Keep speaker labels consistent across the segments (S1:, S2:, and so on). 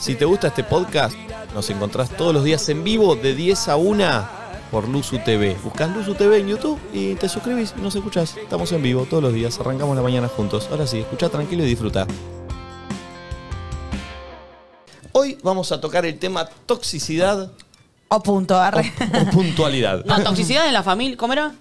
S1: Si te gusta este podcast, nos encontrás todos los días en vivo de 10 a 1 por Luzu TV. Buscás Luzu TV en YouTube y te suscribís y nos escuchás. Estamos en vivo todos los días, arrancamos la mañana juntos. Ahora sí, escucha tranquilo y disfruta. Hoy vamos a tocar el tema toxicidad
S2: O punto, arre.
S1: o puntualidad.
S3: No, toxicidad en la familia. ¿Cómo era?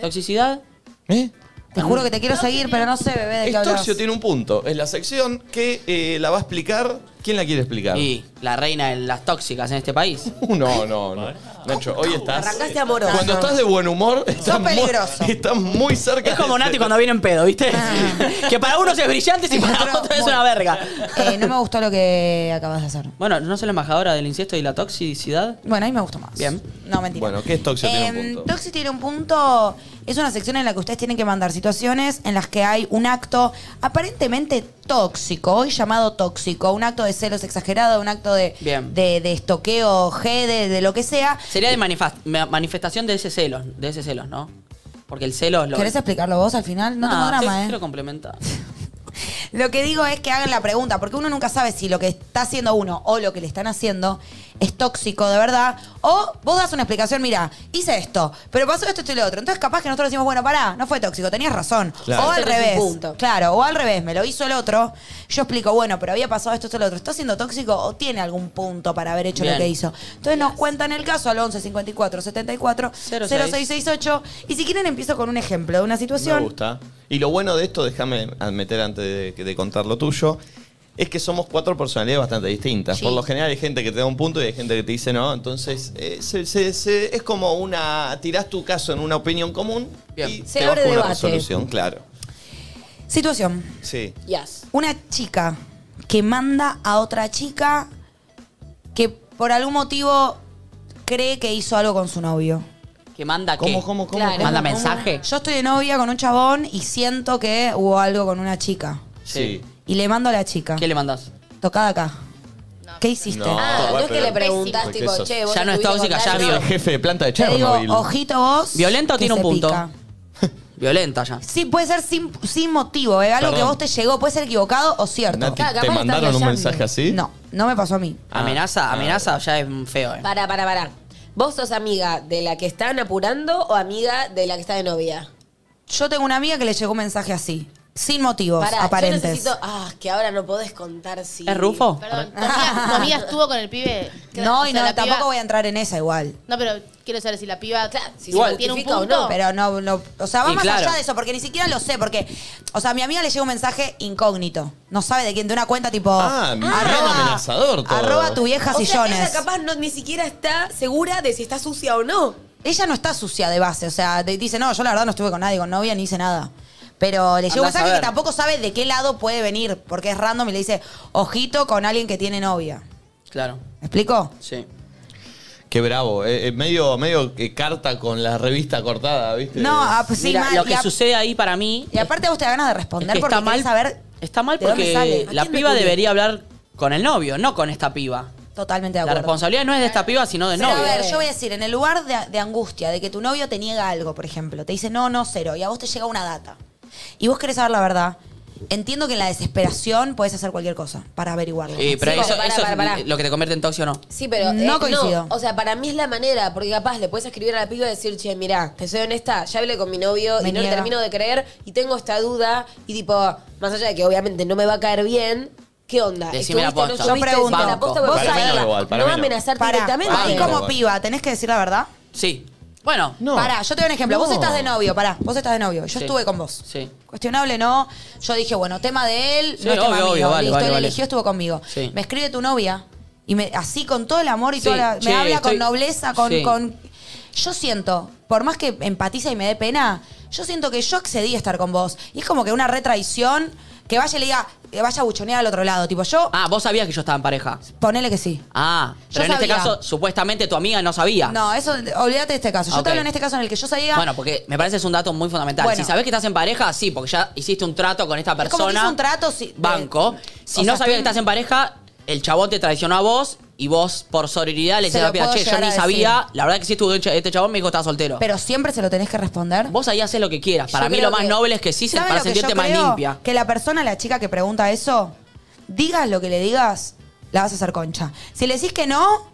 S3: ¿Toxicidad?
S1: ¿Eh?
S2: Te juro que te quiero seguir, pero no sé, bebé, de qué
S1: Es
S2: hablas.
S1: Toxio tiene un punto. Es la sección que eh, la va a explicar. ¿Quién la quiere explicar?
S3: Y la reina de las tóxicas en este país.
S1: No, no, no. Nacho, hoy estás.
S2: Arrancaste amoroso.
S1: Cuando estás de buen humor, estás, muy-
S2: peligroso.
S1: estás muy cerca.
S3: Es como
S1: de- este-
S3: Nati cuando viene en pedo, ¿viste? que para unos es brillante y para
S2: Pero,
S3: otros es
S2: bueno.
S3: una verga.
S2: Eh, no me gustó lo que acabas de hacer.
S3: Bueno, ¿no soy la embajadora del incesto y la toxicidad?
S2: Bueno, a mí me gustó más.
S3: Bien.
S2: No, mentira.
S1: Bueno, ¿qué es Toxio tiene un
S2: Em,
S1: punto?
S2: Toxio tiene un punto. Es una sección en la que ustedes tienen que mandar situaciones en las que hay un acto aparentemente tóxico, hoy llamado tóxico, un acto de celos exagerado, un acto de,
S3: Bien.
S2: de, de estoqueo, G, de, de lo que sea.
S3: Sería de manifas- ma- manifestación de ese celos, de ese celos, ¿no? Porque el celos lo.
S2: ¿Querés explicarlo vos al final? No, tengo
S3: Ah, sí,
S2: drama, ¿eh?
S3: Quiero complementar.
S2: Lo que digo es que hagan la pregunta, porque uno nunca sabe si lo que está haciendo uno o lo que le están haciendo es tóxico de verdad. O vos das una explicación, mira, hice esto, pero pasó esto, esto y lo otro. Entonces capaz que nosotros decimos, bueno, pará, no fue tóxico, tenías razón.
S1: Claro.
S2: O al
S3: Ese es un
S2: revés.
S3: punto.
S2: Claro, o al revés, me lo hizo el otro. Yo explico, bueno, pero había pasado esto, esto y lo otro. ¿Está siendo tóxico o tiene algún punto para haber hecho
S3: Bien.
S2: lo que hizo? Entonces nos cuentan el caso al 11 54 74
S3: 06.
S2: 0668. Y si quieren empiezo con un ejemplo de una
S1: Me
S2: situación.
S1: gusta. Y lo bueno de esto, déjame admitir antes de, de contar lo tuyo, es que somos cuatro personalidades bastante distintas.
S2: Sí.
S1: Por lo general hay gente que te da un punto y hay gente que te dice no. Entonces eh, se- se- se- es como una... Tirás tu caso en una opinión común
S3: Bien.
S1: y
S2: Se
S1: te
S2: abre
S1: vas con una
S2: debate.
S1: resolución, claro.
S2: Situación.
S1: Sí.
S3: Yes.
S2: una chica que manda a otra chica que por algún motivo cree que hizo algo con su novio.
S3: Que manda
S1: ¿Cómo,
S3: qué?
S1: cómo, cómo?
S4: Claro.
S3: ¿Manda
S4: ¿Cómo?
S3: mensaje?
S2: Yo estoy de novia con un chabón y siento que hubo algo con una chica.
S1: Sí.
S2: Y le mando a la chica.
S3: ¿Qué le mandás?
S2: tocada acá. ¿Qué hiciste?
S1: No,
S4: Ah, no
S1: bueno,
S4: es que
S1: pero-
S4: le preguntás,
S1: Porque
S4: tipo,
S1: sos-
S4: che, vos
S3: Ya no es
S4: estuviste
S3: tóxica,
S4: con
S3: ya
S4: tal-
S1: Amigo,
S3: vio.
S1: el jefe de planta de
S2: Te digo,
S1: Chernobyl.
S2: ojito vos.
S3: ¿Violenta o
S2: que
S3: tiene un
S2: se
S3: punto?
S2: pica.
S3: Violenta ya.
S2: Sí, puede ser sin, sin motivo, ¿eh? algo
S1: Perdón.
S2: que vos te llegó, puede ser equivocado o cierto.
S1: Nati,
S4: Claro, capaz
S1: ¿te
S4: que
S1: mandaron
S4: estás
S1: un
S4: flasheando.
S1: mensaje así?
S2: No, no me pasó a mí.
S1: Ah,
S3: amenaza,
S1: ah.
S3: amenaza ya es feo, eh.
S4: Pará, pará, pará. ¿Vos sos amiga de la que están apurando o amiga de la que está de novia?
S2: Yo tengo una amiga que le llegó un mensaje así, sin motivos
S4: Pará,
S2: aparentes.
S4: yo necesito... Ah, que ahora no podés contar si...
S3: ¿Es Rufo?
S5: Perdón, tu amiga, tu amiga estuvo con el pibe.
S2: No,
S5: O
S2: y
S5: sea,
S2: no,
S5: la
S2: tampoco
S5: piba-
S2: voy a entrar en esa igual.
S5: No, pero quiero saber si la piba
S4: Claro, si se
S5: igual, tiene un
S4: justifica o
S5: punto.
S4: no.
S2: Pero no, no, o sea, va
S3: Y
S2: más
S3: claro.
S2: allá de eso, porque ni siquiera lo sé, porque, o sea, a mi amiga le llega un mensaje incógnito. No sabe de quién, de una cuenta tipo.
S1: Ah, bien amenazador todo.
S2: Arroba tu vieja
S4: o sea, que
S2: sillones.
S4: ella
S2: ella,
S4: capaz no, ni siquiera está segura de si está sucia o no.
S2: no está sucia de base, o sea, te dice, no, yo la verdad no estuve con nadie, con novia, ni hice nada. Pero le llega un
S3: Andá a
S2: mensaje que
S3: saber.
S2: tampoco sabe de qué lado puede venir, porque es random y le dice, ojito con alguien que tiene novia.
S3: Claro,
S2: ¿Me explico?
S3: sí.
S1: Qué bravo. eh, eh, medio medio que carta con la revista cortada, ¿viste?
S2: No, ah, pues sí,
S3: Mira,
S2: mal.
S3: lo que
S2: y, a-
S3: sucede ahí para mí
S2: y aparte vos te da ganas de responder
S3: Es que
S2: porque
S3: está mal,
S2: querés saber.
S3: está mal
S2: de dónde
S3: porque
S2: sale.
S3: la
S2: ¿A quién
S3: piba
S2: recurrir?
S3: debería hablar con el novio, no con esta piba.
S2: Totalmente de
S3: La
S2: acuerdo.
S3: responsabilidad no es de esta piba, sino del
S2: Pero
S3: novio.
S2: a ver, yo voy a decir, en el lugar de, de angustia, de que tu novio te niega algo, por ejemplo, te dice no, no, cero, y a vos te llega una data, y vos querés saber la verdad, entiendo que en la desesperación puedes hacer cualquier cosa para averiguarlo.
S3: Eh, pero
S4: Sí,
S3: eso,
S4: pará,
S3: eso
S4: pará,
S3: es
S4: pará.
S3: lo que te convierte en tóxico o no.
S4: Sí, pero... eh,
S2: No coincido.
S4: O sea, para mí es la manera, porque capaz le puedes escribir a la piba y decir, che, mirá, te soy honesta, ya hablé con mi novio
S2: Me
S4: y no
S2: niega.
S4: le termino de creer y tengo esta duda y tipo, más allá de que obviamente no me va a caer bien... ¿Qué onda?
S3: Decime la
S4: ¿Estuviste,
S3: posta.
S4: No
S2: Yo
S4: estuviste?
S2: pregunto.
S4: La posta,
S2: Vos
S4: porque
S2: Para mí
S4: para-
S1: no igual, para
S4: no
S1: mí no.
S4: amenazar
S2: Pará,
S4: directamente.
S2: ahí
S1: Banco.
S2: como piba, tenés que decir la verdad.
S3: Sí. Bueno,
S1: No.
S2: Pará, yo te doy un ejemplo. Vos
S1: No.
S2: estás de novio, pará, vos estás de novio. Yo
S3: Sí.
S2: estuve con vos.
S3: Sí.
S2: Cuestionable, no. Yo dije, bueno, tema de él,
S3: Sí,
S2: no es tema
S3: obvio,
S2: mío.
S3: obvio, vale,
S2: Listo,
S3: vale,
S2: él
S3: vale.
S2: eligió, estuvo conmigo.
S3: Sí.
S2: Me escribe tu novia y me, así con todo el amor y
S3: Sí,
S2: toda la-
S3: che,
S2: me habla
S3: estoy-
S2: con nobleza, con,
S3: sí.
S2: con- Yo siento, por más que empatiza y me dé pena, yo siento que yo accedí a estar con vos. Y es como que una retraición que vaya y le diga, que vaya a buchonear al otro lado. Tipo, yo,
S3: Ah, vos sabías que yo estaba en pareja.
S2: ponele que sí.
S3: Ah,
S2: Yo
S3: pero en este
S2: sabía.
S3: caso, supuestamente tu amiga no sabía.
S2: No, eso, olvídate de este caso. Yo
S3: Ah. Ok.
S2: te hablo en este caso en el que yo sabía.
S3: Bueno, porque me parece es un dato muy fundamental.
S2: Bueno.
S3: Si sabés que estás en pareja, sí, porque ya hiciste un trato con esta
S2: Es
S3: persona.
S2: como que hice un trato, sí, de-
S3: banco.
S2: o
S3: Si
S2: sea,
S3: no sabías que
S2: estoy-
S3: estás en pareja, el chabón te traicionó a vos y vos, por sororidad, le
S2: Se
S3: decís a
S2: lo
S3: la piba,
S2: puedo
S3: che, yo
S2: llegar a
S3: ni
S2: decir".
S3: sabía. La verdad que sí estuvo este chabón, me dijo que estaba soltero.
S2: pero siempre se lo tenés que responder.
S3: Vos ahí haces lo que quieras. Para
S2: Yo
S3: mí
S2: creo
S3: lo más
S2: que-
S3: noble es que sí, se-
S2: ¿Saben
S3: para
S2: lo que
S3: sentirte
S2: yo
S3: más
S2: creo?
S3: limpia.
S2: Que la persona, la chica que pregunta eso, digas lo que le digas, la vas a hacer concha. Si le decís que no,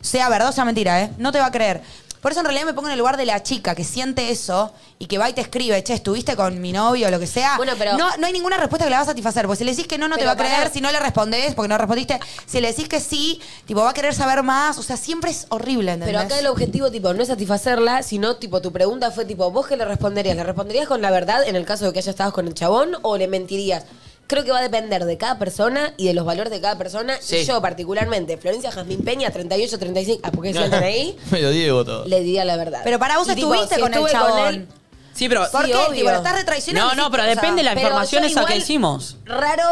S2: sea verdad o sea mentira, ¿eh? No te va a creer. Por eso en realidad me pongo en el lugar de la chica que siente eso y que va y te escribe, che, estuviste con mi novio o lo que sea.
S4: Bueno, pero-
S2: no, no hay ninguna respuesta que la va a satisfacer. Porque si le decís que no, no te
S4: Pero
S2: va a creer.
S4: pará.
S2: Si no le respondés, porque no respondiste. Si le decís que sí, tipo, va a querer saber más. O sea, siempre es horrible, ¿entendés?
S4: Pero acá el objetivo, tipo, no es satisfacerla, sino, tipo, tu pregunta fue, tipo, ¿vos qué le responderías? ¿Le responderías con la verdad en el caso de que haya estado con el chabón o le mentirías? Creo que va a depender de cada persona y de los valores de cada persona.
S3: Sí.
S4: Y yo, particularmente, Florencia Jazmín Peña, 38, 35, ah, porque sienten ahí,
S6: Medio Diego todo.
S4: le diría la verdad.
S2: Pero para vos
S4: Y, tipo,
S2: estuviste
S4: si
S2: con el
S4: estuve
S2: chabón.
S4: él,
S3: Sí, pero.
S2: ¿Por
S4: Sí,
S2: qué?
S4: obvio.
S2: Tipo, lo estás retraicionando.
S3: No, no, pero
S2: O sea,
S3: depende la
S4: Pero
S3: información
S4: yo
S3: esa que
S4: igual-
S3: hicimos.
S4: Raro.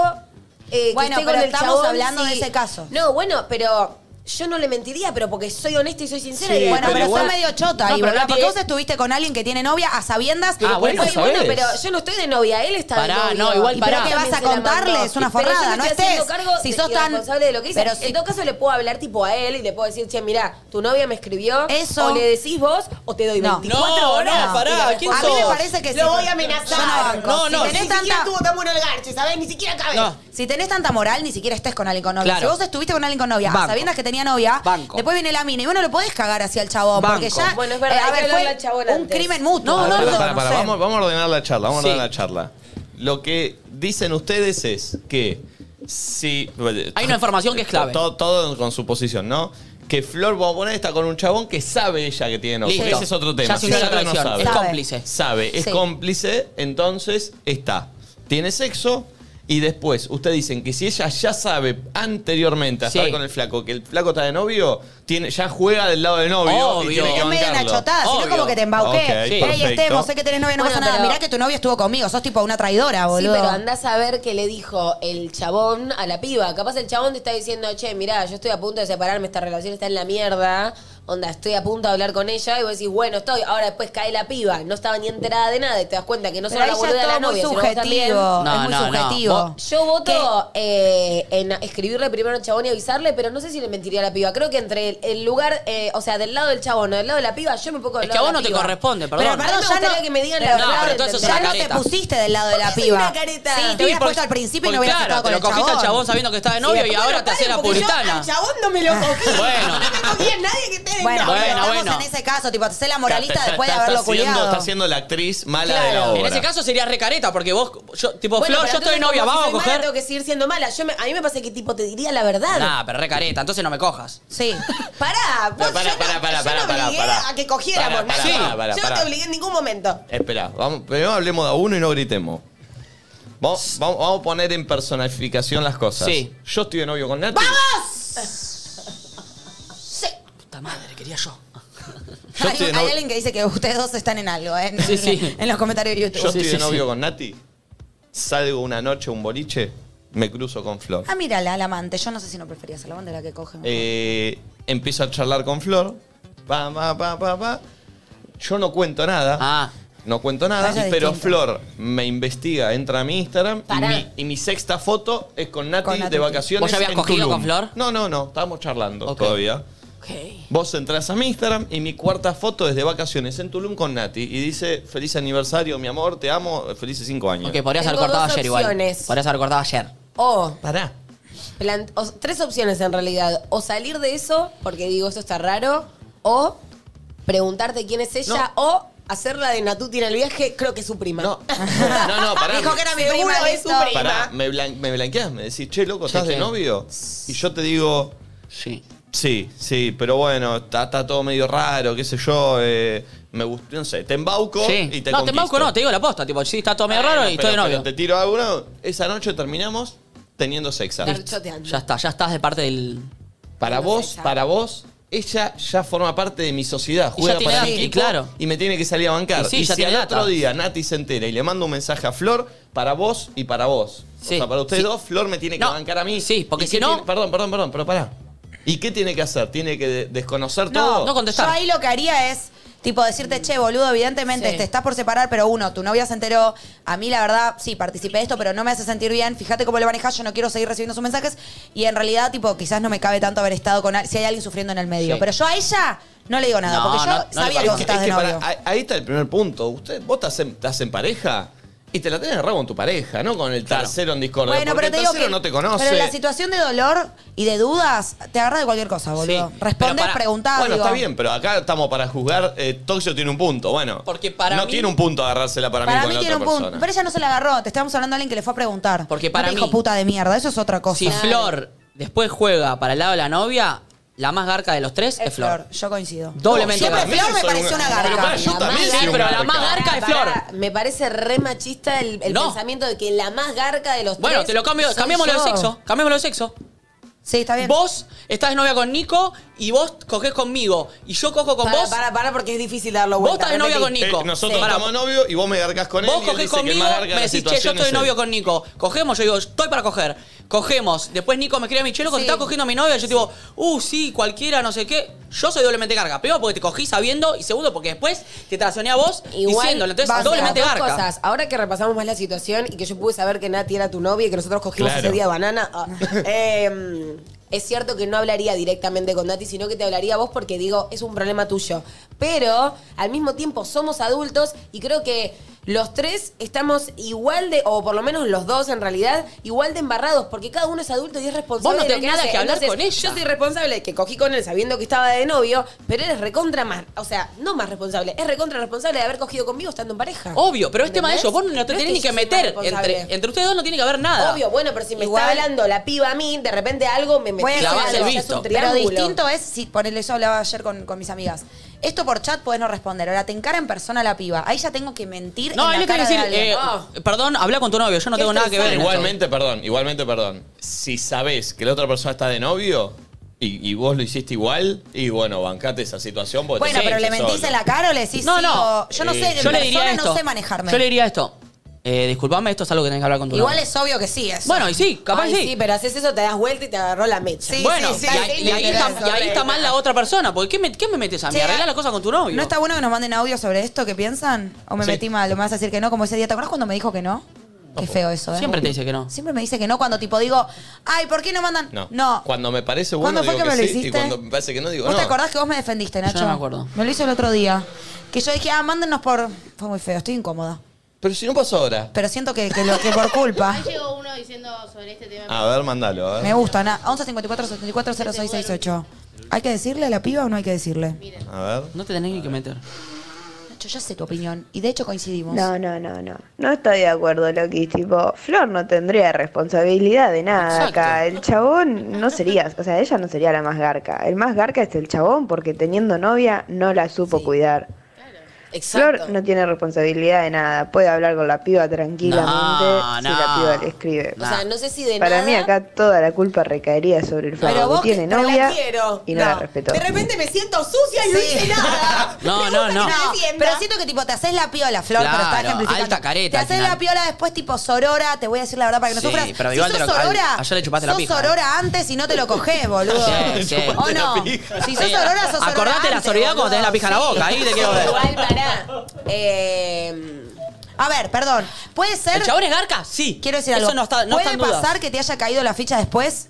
S4: eh, que
S2: Bueno,
S4: esté con
S2: pero
S4: el
S2: estamos
S4: chabón,
S2: hablando de
S4: sí.
S2: ese caso.
S4: No, bueno, pero yo no le mentiría, pero porque soy honesta y soy sincera.
S6: Sí,
S4: y
S2: Bueno,
S6: Pero
S2: pero,
S6: igual-
S2: sos medio chota
S3: No,
S2: ahí,
S3: pero
S2: boluda,
S3: no
S2: Porque
S3: tiene-
S2: vos estuviste con alguien que tiene novia a sabiendas.
S6: Pero
S3: Ah, bueno,
S4: Ay, bueno,
S6: ¿sabes?
S4: pero yo no estoy de novia, él está
S3: Pará,
S4: de novio.
S3: no, igual
S4: Y
S3: pará.
S4: pero
S2: ¿Qué vas a
S4: también se la
S2: contarle?
S4: mandó.
S2: Es una
S4: Pero yo me
S2: forrada, no
S4: estoy haciendo
S2: estés.
S4: cargo
S2: Si
S4: de-
S2: sos
S4: y
S2: tan-
S4: responsable de lo que hice.
S2: pero si-
S4: En todo caso le puedo hablar tipo a él y le puedo decir, che, mira, tu novia me escribió.
S2: Eso.
S4: O le decís vos o te doy
S2: No.
S4: 24
S3: No,
S4: horas.
S3: no, pará,
S4: Y la-
S3: ¿quién
S2: A mí
S3: sos?
S2: me parece que
S5: Lo
S2: sí.
S5: voy a
S2: Yo no
S5: amenazar.
S2: banco.
S3: No, no,
S2: si
S5: Ni
S2: tenés
S5: siquiera
S2: tanta...
S5: tuvo tan bueno el garche, ¿sabes? Ni siquiera cabe.
S3: No.
S2: Si tenés tanta moral, ni siquiera estés con alguien con novia.
S3: Claro.
S2: Si vos estuviste con alguien con novia,
S3: Banco.
S2: sabiendas que tenía novia,
S3: Banco.
S2: después viene la mina y vos no lo podés cagar hacia el chabón. Porque
S3: Banco.
S2: ya.
S4: Bueno, es verdad, hay
S2: a
S4: que
S2: ver,
S4: hablarle
S2: fue
S4: al chabón
S2: un
S4: antes.
S2: crimen mutuo.
S3: No,
S6: Ah,
S1: Ah,
S6: Pará,
S2: boludo,
S6: pará, pará, pará.
S2: sé.
S6: Vamos, vamos a ordenar la charla, vamos
S3: Sí.
S6: a ordenar la charla. Lo que dicen ustedes es que si...
S3: Hay una información que es clave.
S6: Todo, todo con su posición, ¿no? Que Flor, vamos a poner, está con un chabón que sabe ella que tiene novio.
S3: Listo.
S6: Ese es otro tema.
S3: Ya se
S6: Si
S3: unió la
S6: sabe o no
S3: traición.
S6: sabe.
S3: Es
S2: Sabe.
S3: cómplice.
S6: Sabe, es
S2: Sí.
S6: cómplice, entonces está. Tiene sexo y después ustedes dicen que si ella ya sabe anteriormente a
S3: Sí.
S6: estar con el flaco que el flaco está de novio, tiene, ya juega del lado del novio
S3: Obvio.
S6: y tiene que
S2: Es medio una
S6: bancarlo.
S2: chotada, sino
S3: Obvio.
S2: como que te embauqué.
S6: Ok,
S2: Ey,
S6: perfecto.
S2: Estemos, sé que tenés novia, no
S4: Bueno,
S2: pasa nada.
S4: pero-
S2: Mirá que tu novio estuvo conmigo, sos tipo una traidora, boludo.
S4: Sí, pero andás a ver qué le dijo el chabón a la piba. Capaz el chabón te está diciendo, che, mirá, yo estoy a punto de separarme, esta relación está en la mierda. Onda, estoy a punto de hablar con ella y vos decís, bueno, estoy. Ahora después cae la piba, no estaba ni enterada de nada y te das cuenta que no
S2: Pero ahí
S4: solo la
S2: ya
S4: boluda de
S2: es
S4: la
S2: todo muy
S4: novia, sino vos también.
S2: subjetivo.
S3: No,
S2: es muy
S3: no, no.
S2: subjetivo.
S3: Vos-
S4: Yo
S2: ¿Qué?
S4: voto eh, en escribirle primero al chabón y avisarle, pero no sé si le mentiría a la piba. Creo que entre el, el lugar, eh, o sea, del lado del chabón o del lado de la piba, yo me pongo del
S3: Es que a
S4: lado
S3: vos
S4: de la
S3: no te
S4: piba.
S3: corresponde,
S2: Pero
S3: perdón. Eh,
S2: perdón,
S4: me
S2: ya no,
S4: gustaría que me digan la
S2: pero-
S4: verdad,
S3: No, pero todo eso es
S2: ya
S3: una
S2: no te
S3: careta.
S2: pusiste del lado de la
S4: ¿Por qué soy
S2: piba.
S4: una careta?
S2: Sí,
S4: Sí,
S2: te hubieras
S3: porque-
S2: puesto al principio y no
S3: porque
S2: hubieras
S3: claro,
S2: estado con
S3: te
S2: el
S3: lo cogiste
S2: chabón.
S3: al chabón sabiendo que está de novio y ahora te hace la
S5: Porque yo
S3: puritana.
S5: al chabón no me lo cogí.
S3: Bueno.
S5: No me cogí a nadie que esté de
S2: Bueno,
S5: novio.
S2: bueno, estamos
S3: bueno.
S2: en ese caso, tipo, te hacés la moralista
S6: Está- está-
S2: después
S6: está-
S2: de haberlo
S6: está siendo-
S2: culiado.
S6: Está siendo la actriz mala de la
S4: Claro.
S6: obra.
S3: En ese caso sería recareta, porque vos, yo, tipo,
S4: Bueno,
S3: Flor,
S4: pero
S3: yo estoy
S4: entonces,
S3: novia, vamos
S4: como si
S3: a
S4: soy mala,
S3: coger.
S4: tengo que seguir siendo mala. Yo me- a mí me pasa que tipo te diría la verdad.
S3: Nah, pero recareta, entonces no me cojas.
S2: Sí.
S4: Pará, vos
S6: Pero pará,
S4: yo
S6: pará,
S4: no-
S6: pará,
S4: yo
S6: pará,
S4: no
S6: pará,
S4: obligué
S6: pará.
S4: a que cogiéramos.
S6: Pará,
S4: Nacho.
S6: pará, pará,
S4: yo no
S6: pará.
S4: te obligué en ningún momento.
S6: Espera, vamos, primero hablemos de a uno y no gritemos. Vamos, vamos, vamos a poner en personificación las cosas.
S3: Sí.
S6: Yo estoy de novio con Nati.
S3: Puta madre, quería yo.
S6: Yo
S2: Hay,
S6: estoy de
S2: hay
S6: novio,
S2: alguien que dice que ustedes dos están en algo, ¿eh? En,
S3: Sí, sí.
S2: en los comentarios de YouTube.
S6: yo estoy
S3: Sí,
S6: de
S3: sí,
S6: novio
S3: sí.
S6: con Nati. Salgo una noche a un boliche, me cruzo con Flor.
S2: Ah, mírala, la amante. Yo no sé si no preferías a la amante la que coge.
S6: Eh, empiezo a charlar con Flor. Pa, pa, pa, pa, pa. Yo no cuento nada.
S3: Ah.
S6: No cuento nada,
S2: Vaya
S6: pero
S2: distinto.
S6: Flor me investiga, entra a mi Instagram y
S4: Pará.
S6: mi, y mi sexta foto es con Nati,
S2: Con Nati.
S6: de vacaciones.
S3: ¿Vos ya habías
S6: en
S3: cogido
S6: Tulum.
S3: con Flor?
S6: No, no, no. Estábamos charlando
S3: Ok.
S6: todavía.
S3: Ok.
S6: Vos entras a mi Instagram y mi cuarta foto es de vacaciones en Tulum con Nati. Y dice, feliz aniversario, mi amor, te amo, felices cinco años.
S3: Ok, podrías haber
S4: Tengo
S3: cortado
S4: dos
S3: ayer igual.
S4: opciones.
S3: Podrías haber cortado ayer.
S4: O,
S6: Pará.
S4: plan- o- tres opciones en realidad. O salir de eso, porque digo, esto está raro. O preguntarte quién es ella. O hacerla de Natuti en el viaje, creo que es su prima.
S6: No, no, no, pará.
S2: Dijo que era mi
S4: Seguro
S2: prima,
S4: es su
S2: listo.
S4: prima.
S6: Pará, me, blan- me blanqueás, me decís, che, loco, ¿estás de
S3: Chequeo.
S6: novio? Y yo te digo,
S3: Sí.
S6: sí, sí, pero bueno, está, está todo medio raro, qué sé yo, eh, me gustó, no sé, te embauco
S3: Sí.
S6: y
S3: no, te
S6: te conquisto.
S3: embauco no, te digo la posta. Tipo, sí, está todo medio
S6: Bueno,
S3: raro y
S6: pero-
S3: estoy de novio.
S6: pero te tiro alguno, esa noche terminamos teniendo sexa.
S4: Listo. choteando.
S3: Ya está, ya estás de parte del.
S6: Para
S4: Teniendo
S6: vos,
S4: sexa.
S6: para vos, ella ya forma parte de mi sociedad,
S3: Y
S6: juega
S3: ya tiene
S6: para mi
S3: edad, y
S6: equipo
S3: claro.
S6: y me tiene que salir a bancar.
S3: Y sí,
S6: y
S3: ya
S6: si
S3: tiene
S6: al
S3: data.
S6: otro día Nati se entera y le mando un mensaje a Flor, para vos y para vos.
S3: Sí.
S6: O sea, para ustedes
S3: Sí.
S6: dos, Flor me tiene que
S3: No,
S6: bancar a mí.
S3: sí, porque
S6: ¿Y
S3: si
S6: qué
S3: no-
S6: tiene- perdón, perdón, perdón, pero pará. ¿Y qué tiene que hacer? ¿Tiene que de- desconocer todo?
S3: no con- contestar.
S2: Yo ahí lo que haría es, tipo, decirte, che, boludo, evidentemente
S4: Sí.
S2: te estás por separar, pero uno, tu novia se enteró. A mí, la verdad, sí, participé de esto, pero no me hace sentir bien. Fíjate cómo lo manejas, yo no quiero seguir recibiendo sus mensajes. Y en realidad, tipo, quizás no me cabe tanto haber estado con al- si hay alguien sufriendo en el medio.
S3: Sí.
S2: Pero yo a ella no le digo nada,
S3: No,
S2: porque yo
S3: no- no le
S2: sabía
S3: parece.
S2: que
S6: es
S2: vos
S6: que,
S2: estabas
S6: es
S2: de
S6: que
S2: novio.
S6: pará, ahí- ahí está el primer punto. Usted, ¿Vos estás en, estás en pareja? Y te la tenés agarrado con tu pareja, no con el tercero en discordia.
S2: Bueno, pero
S6: porque
S2: te
S6: el
S2: digo
S6: tercero
S2: que,
S6: no te conoce.
S2: Pero en la situación de dolor y de dudas, te agarra de cualquier cosa, boludo.
S3: Sí, pero
S2: Respondes,
S3: para-
S2: preguntás.
S6: Bueno,
S2: digo,
S6: está bien, pero acá estamos para juzgar. Eh, Toxio tiene un punto, bueno.
S3: Porque para
S6: no
S3: mí-
S6: tiene un punto agarrársela para,
S2: Para
S6: mí
S2: mí
S6: con la
S2: tiene un
S6: otra
S2: punto.
S6: persona.
S2: Pero ella no se la agarró. Te estábamos hablando de alguien que le fue a preguntar.
S3: Porque
S2: No
S3: para
S2: te dijo
S3: mí-
S2: puta de mierda. Eso es otra cosa.
S3: Si Flor después juega para el lado de la novia, la más garca de los tres es,
S2: es
S3: Flor.
S2: Flor. Yo coincido.
S3: Doblemente
S2: Siempre
S3: garca.
S6: Yo
S2: Flor me
S6: soy
S2: pareció
S6: un-
S2: una
S6: Pero
S2: garca.
S6: para, yo
S4: La
S6: también
S4: más
S6: soy un
S3: pero la
S6: garca.
S3: más garca es Flor.
S4: Me parece re machista el, el
S3: No.
S4: pensamiento de que la más garca de los
S3: Bueno,
S4: tres
S3: te lo cambio,
S4: soy
S3: cambiémoslo
S4: yo.
S3: de sexo, cambiémoslo de sexo.
S2: Sí, está bien.
S3: Vos estás de novia con Nico y vos cogés conmigo y yo cojo con
S4: Para,
S3: vos.
S4: para, para, porque es difícil darlo
S3: Vos
S4: vuelta.
S3: estás de novia
S4: repetí.
S3: con Nico.
S6: Eh, nosotros
S3: Sí.
S6: estamos novios y vos me garcas con él.
S3: Vos
S6: y él
S3: cogés
S6: dice que el
S3: conmigo,
S6: más garca de
S3: me
S6: la
S3: decís, che, yo
S6: situación
S3: estoy de
S6: es él.
S3: novio con Nico. Cogemos, yo digo, estoy para coger. Cogemos. Después Nico me escribe a mi chelo,
S2: Sí.
S3: estaba cogiendo a mi novia. Yo digo, uh, sí, cualquiera, no sé qué. Yo soy doblemente garga. Primero porque te cogí sabiendo y segundo porque después te traicioné a vos diciéndolo. Entonces,
S4: vas a
S3: doblemente
S4: dos
S3: garga.
S4: cosas. Ahora que repasamos más la situación y que yo pude saber que Nati era tu novia y que nosotros cogimos
S6: Claro.
S4: ese día banana, ah, eh, es cierto que no hablaría directamente con Nati, sino que te hablaría a vos porque digo, es un problema tuyo. Pero al mismo tiempo somos adultos y creo que los tres estamos igual de, o por lo menos los dos en realidad, igual de embarrados porque cada uno es adulto y es responsable.
S3: Vos no
S4: de lo
S3: tenés nada
S4: hace.
S3: que hablar
S4: Entonces,
S3: con ella.
S4: Yo soy responsable de que cogí con él sabiendo que estaba de novio, pero eres recontra más, o sea, no más responsable, es recontra responsable de haber cogido conmigo estando en pareja.
S3: Obvio, pero es tema de
S4: ¿Entendés?
S3: ellos. Vos no te
S4: es
S3: tenés ni
S4: yo
S3: que
S4: soy
S3: meter.
S4: más responsable.
S3: Entre, entre ustedes dos no tiene que haber nada.
S4: Obvio, bueno, pero si me
S2: Igual-
S4: está hablando la piba a mí, de repente algo me metió.
S2: Voy a decir
S3: Clavás el
S2: algo.
S4: Ya es
S3: visto.
S4: un
S2: Pero
S4: triángulo.
S2: distinto es, si ponele, yo hablaba ayer con, con mis amigas. Esto por chat podés no responder. Ahora te encara en persona la piba. Ahí ya tengo que mentir.
S3: No,
S2: en la
S3: ahí le tenés
S2: cara
S3: que
S2: de
S3: decir,
S2: alguien.
S3: eh,
S4: Ah.
S3: perdón, habla con tu novio, yo no tengo nada que ver. en
S6: Igualmente, perdón, igualmente, perdón. Si sabés que la otra persona está de novio y, y vos lo hiciste igual, y bueno, bancate esa situación. Porque
S2: bueno,
S6: te
S2: pero le
S6: sentís
S2: mentís
S6: solo.
S2: en la cara o le decís
S3: No,
S2: sí,
S3: no.
S2: o- Yo no
S6: Eh,
S2: sé,
S6: yo
S2: en
S3: Yo le
S2: persona
S3: diría esto.
S2: no sé manejarme.
S3: Yo le diría esto. Eh, disculpame, esto es algo que tenés que hablar con tu
S2: Igual
S3: novio.
S2: es obvio que sí eso.
S3: Bueno, y sí, capaz
S4: Ay,
S3: sí.
S4: sí. pero haces eso, te das vuelta y te agarró la mecha.
S2: Sí,
S3: bueno,
S2: sí,
S3: y,
S2: sí,
S3: ahí-
S2: sí,
S3: y ahí está,
S2: literal.
S3: y ahí está mal la otra persona. porque qué me, qué me metes a mí?
S2: Che,
S3: Arregla la cosa con tu novio.
S2: ¿No está bueno que nos manden audio sobre esto? ¿Qué piensan? ¿O me
S6: Sí.
S2: metí mal? ¿O me vas a decir que no? Como ese día, ¿te acuerdas cuando me dijo que no? Qué feo eso, ¿eh?
S3: Siempre te dice que no.
S2: Siempre me dice que no cuando tipo digo, ay, ¿por qué no mandan?
S6: No. Cuando me parece bueno,
S2: ¿Cuándo fue
S6: digo
S2: que me lo
S6: sí, y
S2: hiciste?
S6: cuando me parece que no, digo
S2: ¿Vos
S6: no.
S2: te acordás que vos me defendiste, Nacho?
S3: no me acuerdo.
S2: Me lo hizo el otro día. Que yo dije, ah, mándenos por... Fue muy feo, estoy incómoda.
S6: Pero si no pasó ahora.
S2: Pero siento que, que lo que por culpa...
S5: Ahí llegó uno diciendo sobre este tema.
S6: A ver, mandalo, a ver.
S2: me gusta, na- 11 54 74 0668. ¿Hay que decirle a la piba o no hay que decirle?
S6: A ver.
S3: No te tenés ni que meter.
S2: Nacho, ya sé tu opinión. Y de hecho coincidimos.
S7: No, no, no, no. No estoy de acuerdo, Loki. Tipo, Flor no tendría responsabilidad de nada acá. El chabón no sería, o sea, ella no sería la más garca. El más garca es el chabón porque teniendo novia no la supo cuidar.
S4: Exacto.
S7: Flor no tiene responsabilidad de nada. Puede hablar con la piba tranquilamente
S3: No,
S7: si
S3: no.
S7: la piba le escribe.
S4: O sea, no sé si de
S7: Para
S4: nada.
S7: mí acá toda la culpa recaería sobre el
S2: Pero
S7: Flor
S2: vos
S7: que
S2: que-
S7: tiene
S2: pero la
S7: novia
S8: quiero.
S7: y no, la respetó.
S8: De repente me siento sucia y no hice nada.
S3: No,
S8: Me
S3: no,
S8: gusta que
S3: no.
S8: me
S2: No,
S8: defienda.
S2: pero siento que tipo te haces la piola, Flor, pero estás
S3: Claro,
S2: ejemplificando.
S3: alta careta
S2: Te
S3: al
S2: haces
S3: final.
S2: la piola después tipo sorora, te voy a decir la verdad para que no
S3: Sí,
S2: sufras.
S3: pero
S2: si
S3: igual te
S2: sos
S3: lo- al-
S2: sorora,
S3: ayer le chupaste la
S2: sos
S3: pija,
S2: sorora antes y no te lo coges, boludo.
S3: Sí, sí.
S2: O
S6: Chupaste la
S2: no.
S6: pija.
S2: Si sos sorora, sos sorora
S3: Acordate la
S2: antes,
S3: sororidad cuando
S2: boludo.
S3: tenés la pija en la boca. Ahí te quiero ver.
S4: Igual para. Eh,
S2: A ver, perdón. Puede ser
S3: ¿El chabón es garca? Sí.
S2: Quiero decir
S3: Eso
S2: algo.
S3: no está, no
S2: ¿Puede
S3: está en duda.
S2: pasar que te haya caído la ficha después?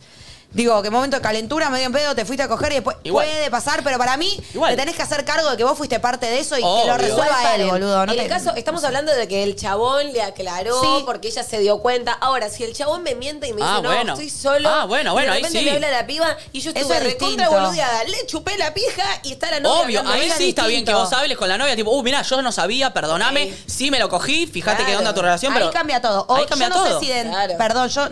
S2: Digo, que momento de calentura, medio en pedo, te fuiste a coger y después.
S3: Igual.
S2: Puede pasar, pero para mí
S3: Igual.
S2: te tenés que hacer cargo de que vos fuiste parte de eso y que
S3: Obvio.
S2: lo resuelva él,
S4: paren.
S2: boludo. No
S4: en
S2: te-
S4: el caso, estamos hablando de que el chabón le aclaró
S2: Sí.
S4: porque ella se dio cuenta. Ahora, si el chabón me miente y me dice,
S3: Ah,
S4: no,
S3: bueno.
S4: estoy solo.
S3: Ah, bueno, bueno,
S4: y de
S3: ahí
S4: repente
S3: sí.
S4: me habla la piba y yo
S2: Eso
S4: estuve
S2: es
S4: recontra
S2: distinto.
S4: boludeada. Le chupé la pija y está la novia.
S3: Obvio,
S4: hablando
S3: ahí
S4: de ella,
S3: sí está bien que
S4: distinto.
S3: vos hables con la novia, tipo, uh, mirá, yo no sabía, perdoname, sí me lo cogí, fíjate qué
S4: Claro.
S3: onda tu relación, pero.
S2: Ahí cambia todo. O
S3: ahí cambia
S2: yo no
S3: todo.
S2: sé si de.
S4: Claro.
S2: Perdón, yo.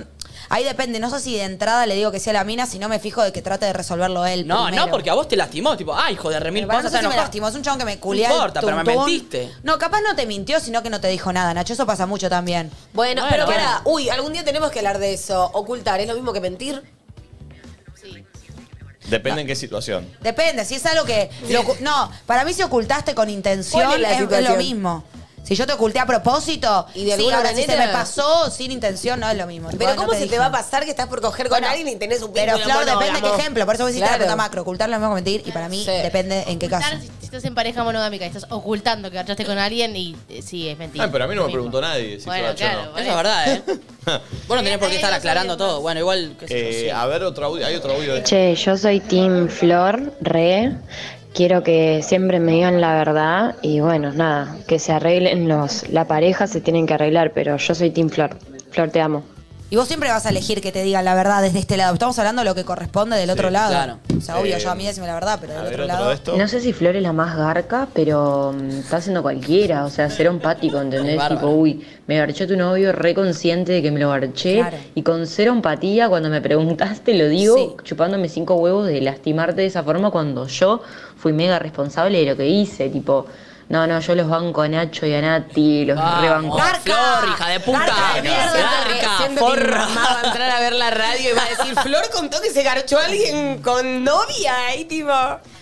S2: Ahí depende, no sé si de entrada le digo que sea la mina, si no me fijo de que trate de resolverlo él.
S3: no,
S2: primero.
S3: no, porque a vos te lastimó, tipo, ay, hijo de remil,
S2: Pero para
S3: vos
S2: no
S3: estás
S2: sé si me
S3: enojado.
S2: lastimó, es un chabón que me culea.
S3: No
S2: el
S3: importa, pero me
S2: tuntún.
S3: mentiste.
S2: No, capaz no te mintió, sino que no te dijo nada, Nacho. Eso pasa mucho también.
S4: Bueno,
S3: Bueno.
S4: pero para, uy, algún día tenemos que hablar de eso. Ocultar, ¿es lo mismo que mentir?
S5: Sí.
S6: Depende en qué situación.
S2: Depende, si es algo que. lo ocu- no, para mí si ocultaste con intención
S4: ¿Cuál es
S2: es,
S4: la
S2: es lo
S4: situación?
S2: mismo. Si yo te oculté a propósito,
S4: Y de
S2: sí,
S4: alguna
S2: ahora si se
S4: manera-
S2: me pasó sin intención, no es lo mismo.
S4: Pero
S2: Tipo, no
S4: ¿cómo se te
S2: dije.
S4: va a pasar que estás por coger con
S2: Bueno,
S4: alguien y tenés un
S2: Pero
S4: vínculo
S2: Flor, depende
S4: monógamo?
S2: qué ejemplo. Por eso vos hiciste
S4: Claro.
S2: la puta macro. Ocultar lo mismo que mentir. Y para mí
S4: Sí.
S2: depende en qué caso.
S5: Ocultar, si, si estás en pareja monogámica y estás ocultando que garchaste con alguien y eh, sí, es mentira.
S6: Ah, pero a mí no
S5: Lo
S6: me
S5: mismo.
S6: preguntó nadie si
S5: bueno,
S6: garchó o
S5: claro,
S6: no.
S5: por
S3: Eso es verdad, ¿eh? Vos no tenés por qué estar aclarando
S5: Está bien,
S3: todo. Bueno, igual, qué sé yo,
S6: Eh,
S3: sí.
S6: a ver, otro audio. Hay otro audio. de-
S9: Che, yo soy Team Flor, re. Quiero que siempre me digan la verdad y bueno, nada, que se arreglen los... La pareja se tienen que arreglar, pero yo soy Team Flor. Flor, te amo.
S2: Y vos siempre vas a elegir que te digan la verdad desde este lado. Estamos hablando de lo que corresponde del otro lado.
S3: claro.
S2: O sea,
S4: Eh,
S2: obvio, yo a mí decime la verdad, pero
S1: A
S2: del
S1: ver,
S2: otro,
S1: otro
S2: lado.
S1: de esto.
S9: No sé si Flor es la más garca, pero mm, está haciendo cualquiera, o sea, ser empático, ¿entendés?
S3: Bárbaro.
S9: Tipo, uy, me garchó tu novio reconsciente de que me lo garché
S2: Claro.
S9: y con cero empatía cuando me preguntaste lo digo,
S2: Sí.
S9: chupándome cinco huevos de lastimarte de esa forma cuando yo fui mega responsable de lo que hice, tipo, no, no, yo los banco a Nacho y a Nati, los
S3: Vamos.
S9: rebanco.
S3: Garca. Ah, Flor, hija de puta.
S10: Garca, de
S2: eh,
S10: mierda,
S3: Garca,
S10: siempre
S3: forra.
S10: Mi mamá va a entrar a ver la radio y va a decir, Flor contó que se garchó alguien con novia. Y tipo,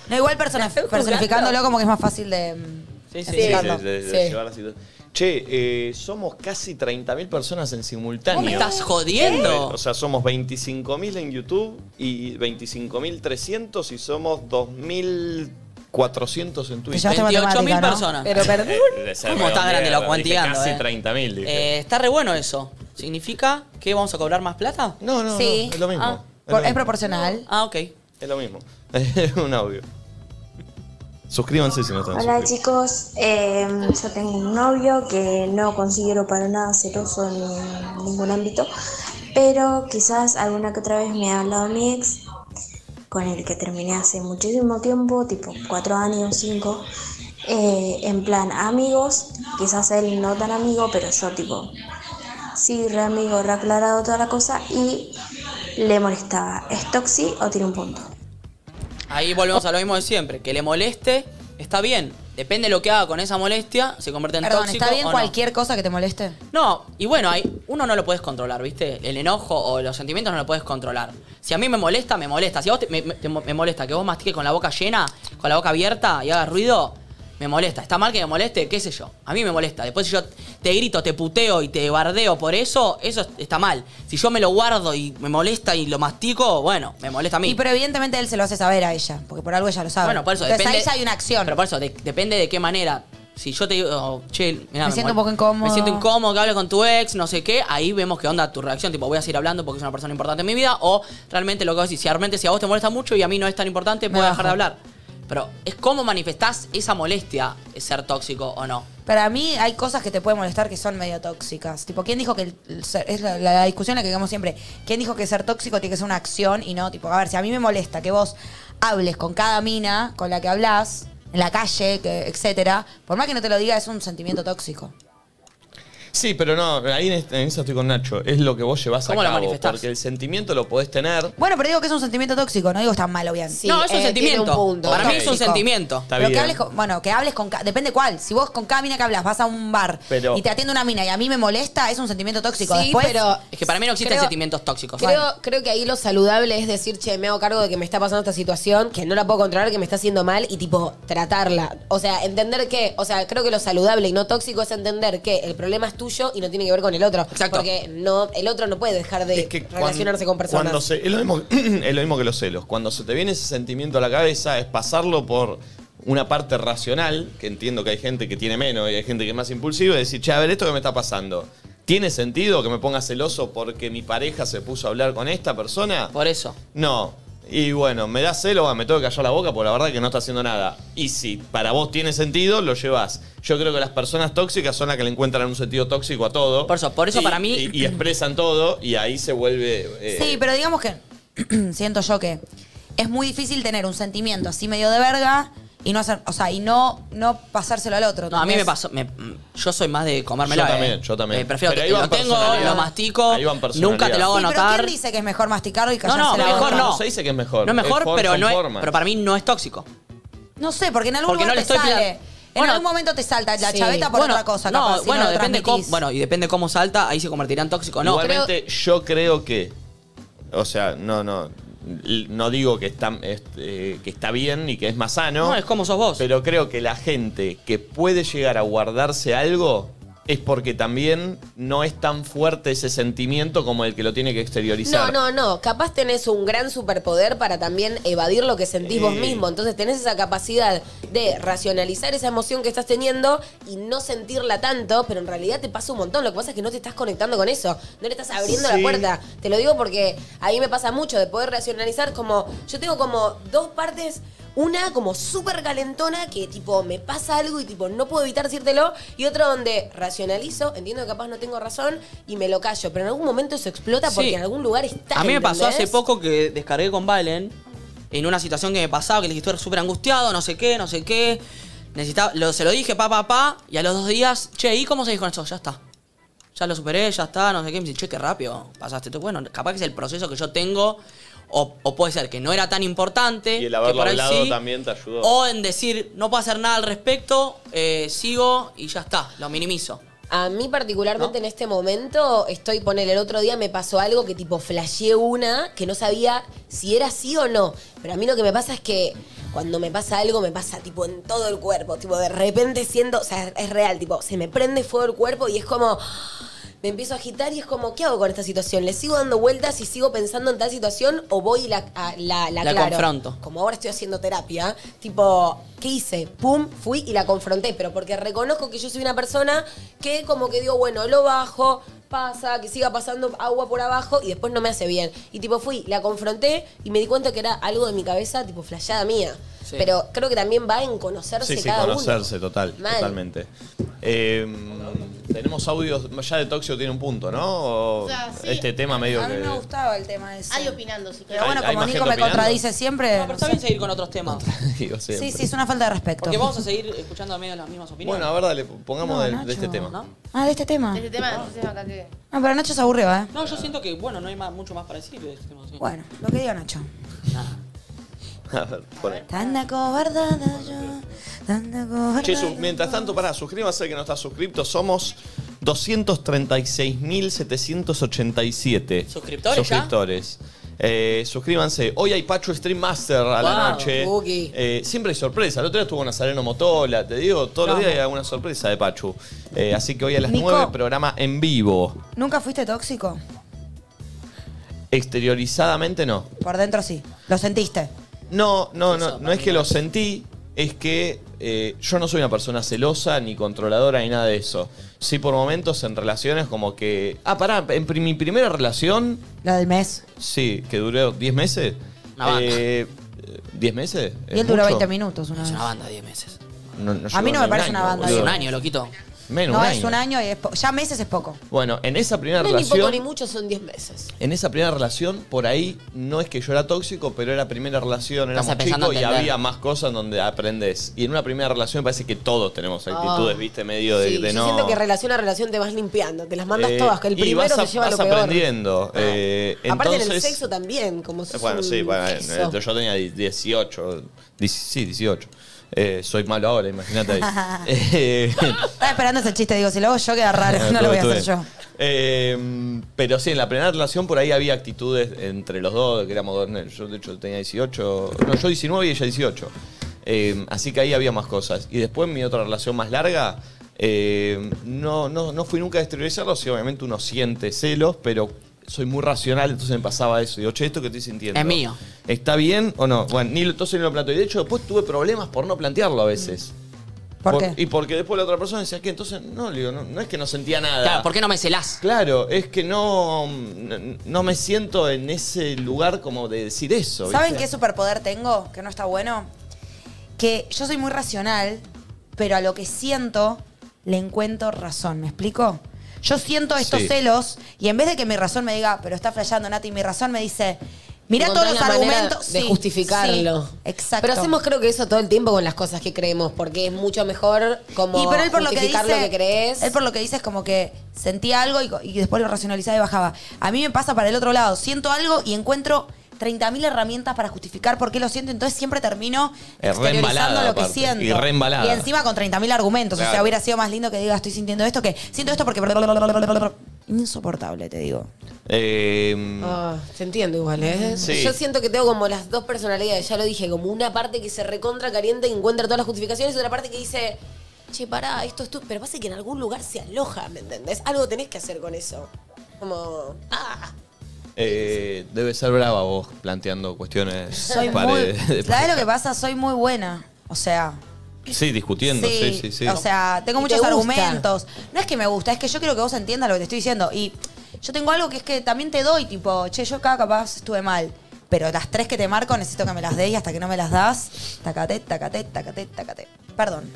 S2: No, igual persona-
S10: estoy jugando.
S2: personificándolo como que es más fácil de.
S3: Sí, sí,
S1: Sí,
S3: sí.
S1: de- de- de
S10: Sí.
S1: llevar la situación. Che, eh, somos casi 30.000 personas en simultáneo.
S3: ¿Vos me estás jodiendo?
S1: O sea, somos 25.000 en YouTube y 25.300 y somos 2.400 en
S2: Te llevaste
S1: Twitter.
S2: matemática,
S3: 28.000
S2: ¿no?
S3: personas.
S10: pero perdón.
S1: Eh,
S3: ¿Cómo está grande la cuantía,
S1: Casi
S3: eh?
S1: 30.000, dije.
S3: Eh, está re bueno eso. ¿Significa que vamos a cobrar más plata?
S1: no, no, no,
S2: sí.
S1: es lo mismo.
S3: Ah,
S1: es, lo
S2: Por- es
S1: mismo.
S2: proporcional.
S3: Ah, ok.
S1: es lo mismo. Es un audio. Suscríbanse si no están
S11: Hola chicos,
S1: suscritos.
S11: Eh, yo tengo un novio que no considero para nada celoso en ningún ámbito, pero quizás alguna que otra vez me ha hablado mi ex, con el que terminé hace muchísimo tiempo, tipo cuatro años, cinco, eh, en plan amigos, quizás él no tan amigo, pero yo tipo sí, re amigo, re aclarado toda la cosa y le molestaba, ¿es toxi o tiene un punto?
S3: Ahí volvemos a lo mismo de siempre. Que le moleste, está bien. Depende de lo que haga con esa molestia, se convierte en
S2: Perdón,
S3: tóxico
S2: ¿está bien
S3: o no.
S2: cualquier cosa que te moleste?
S3: No, y bueno, hay, uno no lo puedes controlar, ¿viste? El enojo o los sentimientos no lo puedes controlar. Si a mí me molesta, me molesta. Si a vos te- me, me- te mo- me molesta que vos mastiques con la boca llena, con la boca abierta y hagas ruido, me molesta. ¿Está mal que me moleste? ¿Qué sé yo? A mí me molesta. Después si yo te grito, te puteo y te bardeo por eso, eso es- está mal. Si yo me lo guardo y me molesta y lo mastico, bueno, me molesta a mí.
S2: Y pero evidentemente él se lo hace saber a ella, porque por algo ella lo sabe.
S3: Bueno, por eso
S2: Entonces
S3: depende.
S2: ahí ya hay una acción.
S3: Pero por eso de- depende de qué manera. Si yo te digo, oh, che, mirá,
S2: Me siento
S3: mol-
S2: un poco incómodo.
S3: Me siento incómodo que hable con tu ex, no sé qué. Ahí vemos qué onda tu reacción. Tipo, voy a seguir hablando porque es una persona importante en mi vida. O realmente lo que vas a decir, si realmente si a vos te molesta mucho y a mí no es tan importante, voy a dejar
S2: bajo.
S3: de hablar. Pero es cómo manifestás esa molestia, es ser tóxico o no.
S2: Para mí hay cosas que te pueden molestar que son medio tóxicas. Tipo, ¿quién dijo que el- el ser- es la, la discusión en la que digamos siempre? ¿Quién dijo que ser tóxico tiene que ser una acción y no tipo, a ver, si a mí me molesta que vos hables con cada mina con la que hablas en la calle, que, etcétera, por más que no te lo diga es un sentimiento tóxico.
S1: Sí, pero no, ahí en, este- en eso estoy con Nacho. Es lo que vos llevas a
S3: ¿Cómo lo
S1: cabo.
S3: manifestás?
S1: Porque el sentimiento lo podés tener.
S2: Bueno, pero digo que es un sentimiento tóxico, no digo está mal o bien.
S4: Sí,
S3: no, es un
S4: eh,
S3: sentimiento.
S4: tiene un punto.
S3: Para mí
S1: Ok.
S3: es un sentimiento.
S1: Está
S2: pero que
S1: bien.
S2: hables con, bueno, que hables con ca- depende cuál. Si vos con cada mina que hablas vas a un bar
S1: Pero-
S2: y te atiende una mina y a mí me molesta, es un sentimiento tóxico.
S4: Sí,
S2: Después,
S4: pero
S3: Es que para mí no existen
S4: Creo-
S3: sentimientos tóxicos.
S4: Creo, creo que ahí lo saludable es decir, che, me hago cargo de que me está pasando esta situación, que no la puedo controlar, que me está haciendo mal y tipo tratarla. O sea, entender que, o sea, creo que lo saludable y no tóxico es entender que el problema es tuyo y no tiene que ver con el otro.
S3: Exacto.
S4: Porque no, el otro no puede dejar de
S1: Es que cuan-
S4: relacionarse con personas.
S1: Cuando se- es, lo mismo, es lo mismo que los celos. Cuando se te viene ese sentimiento a la cabeza, es pasarlo por una parte racional, que entiendo que hay gente que tiene menos y hay gente que es más impulsiva, y decir, che, a ver, esto que me está pasando. ¿Tiene sentido que me ponga celoso porque mi pareja se puso a hablar con esta persona?
S3: Por eso.
S1: No. Y bueno, me da celo, va, me tengo que callar la boca porque la verdad que no está haciendo nada. Y si para vos tiene sentido, lo llevas. Yo creo que las personas tóxicas son las que le encuentran un sentido tóxico a todo.
S3: Por eso- por eso
S1: Y-
S3: para mí-
S1: Y, y expresan todo y ahí se vuelve. eh,
S2: Sí, pero digamos que siento yo que es muy difícil tener un sentimiento así medio de verga y no hacer, o sea, y no, no pasárselo al otro.
S3: No, a mí me
S2: ¿entendés?
S3: pasó. me- mm, yo soy más de comérmelo.
S1: Yo
S3: eh.
S1: también, yo también.
S3: Eh, prefiero
S1: Pero
S3: que
S1: ahí van
S3: lo tengo,
S1: personalidad.
S3: lo mastico.
S1: Ahí van
S3: Nunca te lo hago
S2: Sí, pero
S3: notar.
S2: ¿quién dice que es mejor masticarlo y
S3: No,
S2: callarse
S3: no,
S2: la
S3: mejor
S2: boca?
S3: no.
S1: No se dice que es mejor.
S3: No es mejor,
S1: Es for-
S3: pero,
S1: son
S3: no es,
S1: formas.
S3: pero para mí no es tóxico.
S2: No sé, porque en algún
S3: Porque
S2: lugar
S3: no le
S2: te
S3: estoy
S2: sale.
S3: plan-
S2: en
S3: Bueno,
S2: algún momento te salta la
S4: sí.
S2: chaveta por
S3: bueno,
S2: otra cosa,
S3: no,
S2: capaz, si
S3: bueno,
S2: no lo
S3: depende cómo,
S2: transmitís.
S3: bueno, y depende cómo salta, ahí se convertirá en tóxico o no.
S1: Igualmente, yo creo que. O sea, no, no. l- No digo que está, es- eh, que está bien y que es más sano.
S3: No, es como sos vos.
S1: Pero creo que la gente que puede llegar a guardarse algo es porque también no es tan fuerte ese sentimiento como el que lo tiene que exteriorizar.
S4: No, no, no. Capaz tenés un gran superpoder para también evadir lo que sentís vos
S1: Eh.
S4: mismo. Entonces tenés esa capacidad de racionalizar esa emoción que estás teniendo y no sentirla tanto, pero en realidad te pasa un montón. Lo que pasa es que no te estás conectando con eso. No le estás abriendo
S1: Sí.
S4: la puerta. Te lo digo porque a mí me pasa mucho de poder racionalizar como... Yo tengo como dos partes... Una como súper calentona que tipo me pasa algo y tipo no puedo evitar decírtelo. Y otra donde racionalizo, entiendo que capaz no tengo razón y me lo callo. Pero en algún momento eso explota porque
S3: Sí.
S4: en algún lugar está.
S3: A mí me pasó
S4: ¿entendés?
S3: hace poco que descargué con Valen en una situación que me pasaba, que le dije, estuve súper angustiado, no sé qué, no sé qué. Necesitaba, lo- se lo dije, pa, pa, pa, y a los dos días, che, ¿y cómo se dijo eso? Ya está. Ya lo superé, ya está, no sé qué. Me dice, che, qué rápido pasaste tú. Bueno, capaz que es el proceso que yo tengo, o, o puede ser que no era tan importante.
S1: Y el
S3: que
S1: haberlo
S3: por ahí
S1: hablado
S3: sí,
S1: también te ayudó.
S3: O en decir, no puedo hacer nada al respecto, eh, sigo y ya está, lo minimizo.
S4: A mí particularmente en este momento estoy, ponele, el otro día me pasó algo que tipo flasheé una que no sabía si era sí o no. Pero a mí lo que me pasa es que cuando me pasa algo me pasa tipo en todo el cuerpo. Tipo de repente siento, o sea, es real, tipo se me prende fuego el cuerpo y es como... Me empiezo a agitar y es como, ¿qué hago con esta situación? ¿Le sigo dando vueltas y sigo pensando en tal situación o voy y la, a- la, la
S3: La
S4: aclaro?
S3: confronto.
S4: como ahora estoy haciendo terapia, tipo, ¿qué hice? Pum, fui y la confronté, pero porque reconozco que yo soy una persona que como que digo, bueno, lo bajo, pasa, que siga pasando agua por abajo y después no me hace bien. Y tipo fui, la confronté y me di cuenta que era algo de mi cabeza, tipo, flayada mía.
S3: Sí.
S4: Pero creo que también va en conocerse
S1: Sí, sí,
S4: cada
S1: conocerse, total,
S4: Mal.
S1: totalmente. Eh, tenemos audios, ya de Toxio tiene un punto, ¿no? O
S5: O sea, sí.
S1: este tema medio
S2: A mí
S1: que...
S2: me gustaba el tema ese.
S5: Hay opinando, si
S2: Pero
S5: querés.
S2: bueno,
S1: Hay- hay
S2: como
S1: más
S2: Nico
S1: gente
S2: me
S1: opinando.
S2: contradice siempre.
S3: No, pero está bien seguir con otros temas.
S1: Digo
S2: Sí,
S1: siempre.
S2: sí, es una falta de respeto.
S3: Porque vamos a seguir escuchando medio las mismas opiniones.
S1: Bueno, a ver, dale, pongamos
S2: No,
S1: del- de,
S2: Nacho,
S1: este tema.
S3: ¿no?
S2: Ah, de este tema.
S5: Este tema, entonces acá que.
S2: No, pero Nacho se aburrió, ¿eh?
S3: No, yo siento que, bueno, no hay más- mucho más para decir de este tema. sí.
S2: Bueno, lo que diga Nacho.
S1: A ver, poné.
S2: Tanda cobardada yo, tanda cobardada.
S1: Che, su- mientras tanto, pará, suscríbase que no está suscripto. Somos 236.787
S3: ¿Suscriptores ya?
S1: Suscriptores. Eh, suscríbanse. Hoy hay Pacho Stream Master a la
S3: Wow,
S1: noche.
S4: Cookie.
S1: Eh, siempre hay sorpresa. El otro día estuvo Nazareno Motola. Te digo, todos los días hay alguna sorpresa de Pachu. Eh, así que hoy a las
S2: Nico.
S1: 9, programa en vivo.
S2: ¿Nunca fuiste tóxico?
S1: Exteriorizadamente no.
S2: Por dentro sí. Lo sentiste.
S1: No, no,
S3: Eso,
S1: no. No es que lo sentí, es que eh, yo no soy una persona celosa ni controladora ni nada de eso. Sí, por momentos en relaciones como que. Ah, pará, en pri- mi primera relación,
S2: La del mes.
S1: sí, que duró 10 meses.
S3: Una banda.
S1: eh, ¿10 meses?
S2: Y él duró 20 minutos una
S3: Es
S2: vez.
S3: una banda 10 meses.
S2: A mí no me parece una banda,
S3: Es
S2: Boludo.
S3: un año, loquito.
S1: Menos
S2: No,
S1: un
S2: es
S1: año.
S2: un año y es po- ya meses es poco.
S1: Bueno, en esa primera
S4: uno. No es ni
S1: relación.
S4: poco ni mucho, son 10 meses.
S1: En esa primera relación, por ahí, no es que yo era tóxico, pero era primera relación, era
S3: Estás
S1: muy
S3: empezando
S1: chico
S3: a
S1: y
S3: entender.
S1: había más cosas donde aprendes. Y en una primera relación parece que todos tenemos actitudes,
S4: Ah.
S1: viste, medio de,
S4: Sí,
S1: de
S4: yo
S1: no...
S4: siento que relación a relación te vas limpiando, te las mandas
S1: Eh,
S4: todas, que el
S1: y vas,
S4: primero
S1: a-
S4: te lleva a lo
S1: vas
S4: peor. Ah.
S1: aprendiendo. eh,
S4: Aparte en el
S1: entonces-
S4: sexo también, como sos
S1: Bueno,
S4: un
S1: sí, bueno, eh,
S4: queso.
S1: yo tenía 18, 10 sí, 18. Eh, soy malo ahora, imagínate ahí. Eh,
S2: Estaba esperando ese chiste, digo, si lo hago yo queda raro, no lo voy a
S1: Tuve,
S2: hacer
S1: tuve.
S2: yo.
S1: Eh, pero sí, en la primera relación por ahí había actitudes entre los dos, que éramos dos. Yo, de hecho, tenía 18. No, yo 19 y ella 18. Eh, así que ahí había más cosas. Y después, mi otra relación más larga, eh, no, no, no fui nunca a exteriorizarlo. Sí, obviamente uno siente celos, pero soy muy racional, entonces me pasaba eso. Digo, che, esto que estoy sintiendo.
S3: Es mío.
S1: ¿Está bien o no? Bueno, ni, lo- entonces ni lo planteo. Y de hecho, después tuve problemas por no plantearlo a veces.
S2: ¿Por qué?
S1: Y porque después la otra persona decía, ¿qué? Entonces, no, le digo, no, no es que no sentía nada.
S3: Claro, ¿por qué no me celás?
S1: Claro, es que no, no me siento en ese lugar como de decir eso.
S2: ¿Saben qué superpoder tengo? Que no está bueno. Que yo soy muy racional, pero a lo que siento le encuentro razón. ¿Me explico? Yo siento estos
S1: Sí.
S2: celos y en vez de que mi razón me diga, pero está fallando Nati, mi razón me dice, mirá
S4: Encontrar
S2: todos los
S4: la manera
S2: argumentos.
S4: De
S2: Sí,
S4: justificarlo.
S2: sí, exacto.
S4: Pero hacemos creo que eso todo el tiempo con las cosas que creemos, porque es mucho mejor como
S2: y pero él por lo que
S4: justificar
S2: dice,
S4: lo que crees.
S2: Él por lo que dice es como que sentía algo y, co- y después lo racionalizaba y bajaba. A mí me pasa para el otro lado. Siento algo y encuentro 30.000 herramientas para justificar por qué lo siento. Entonces siempre termino
S1: Es re embalada,
S2: exteriorizando lo que
S1: aparte.
S2: siento.
S1: Y re embalada.
S2: Y encima con 30.000 argumentos. O sea,
S1: Claro.
S2: hubiera sido más lindo que diga estoy sintiendo esto que siento esto porque... Insoportable, te digo.
S1: Eh,
S4: Ah, te entiendo igual, ¿eh?
S1: Sí.
S4: Yo siento que tengo como las dos personalidades, ya lo dije, como una parte que se recontra calienta y encuentra todas las justificaciones y otra parte que dice, che, pará, esto es tú. Pero pasa que en algún lugar se aloja, ¿me entendés? Algo tenés que hacer con eso. Como, ah,
S1: eh, debe ser brava vos planteando cuestiones
S2: Soy muy...
S1: paredes. de
S2: ¿Sabes
S1: paredes.
S2: lo que pasa? Soy muy buena. O sea...
S1: Sí, discutiendo, sí, sí, sí.
S2: O sea, tengo
S4: Y
S2: muchos
S4: te gusta.
S2: argumentos. No es que me gusta, es que yo quiero que vos entiendas lo que te estoy diciendo. Y yo tengo algo que es que también te doy, tipo, che, yo acá capaz estuve mal. Pero las tres que te marco necesito que me las des y hasta que no me las das, tacate, tacate, tacate, tacate. Perdón.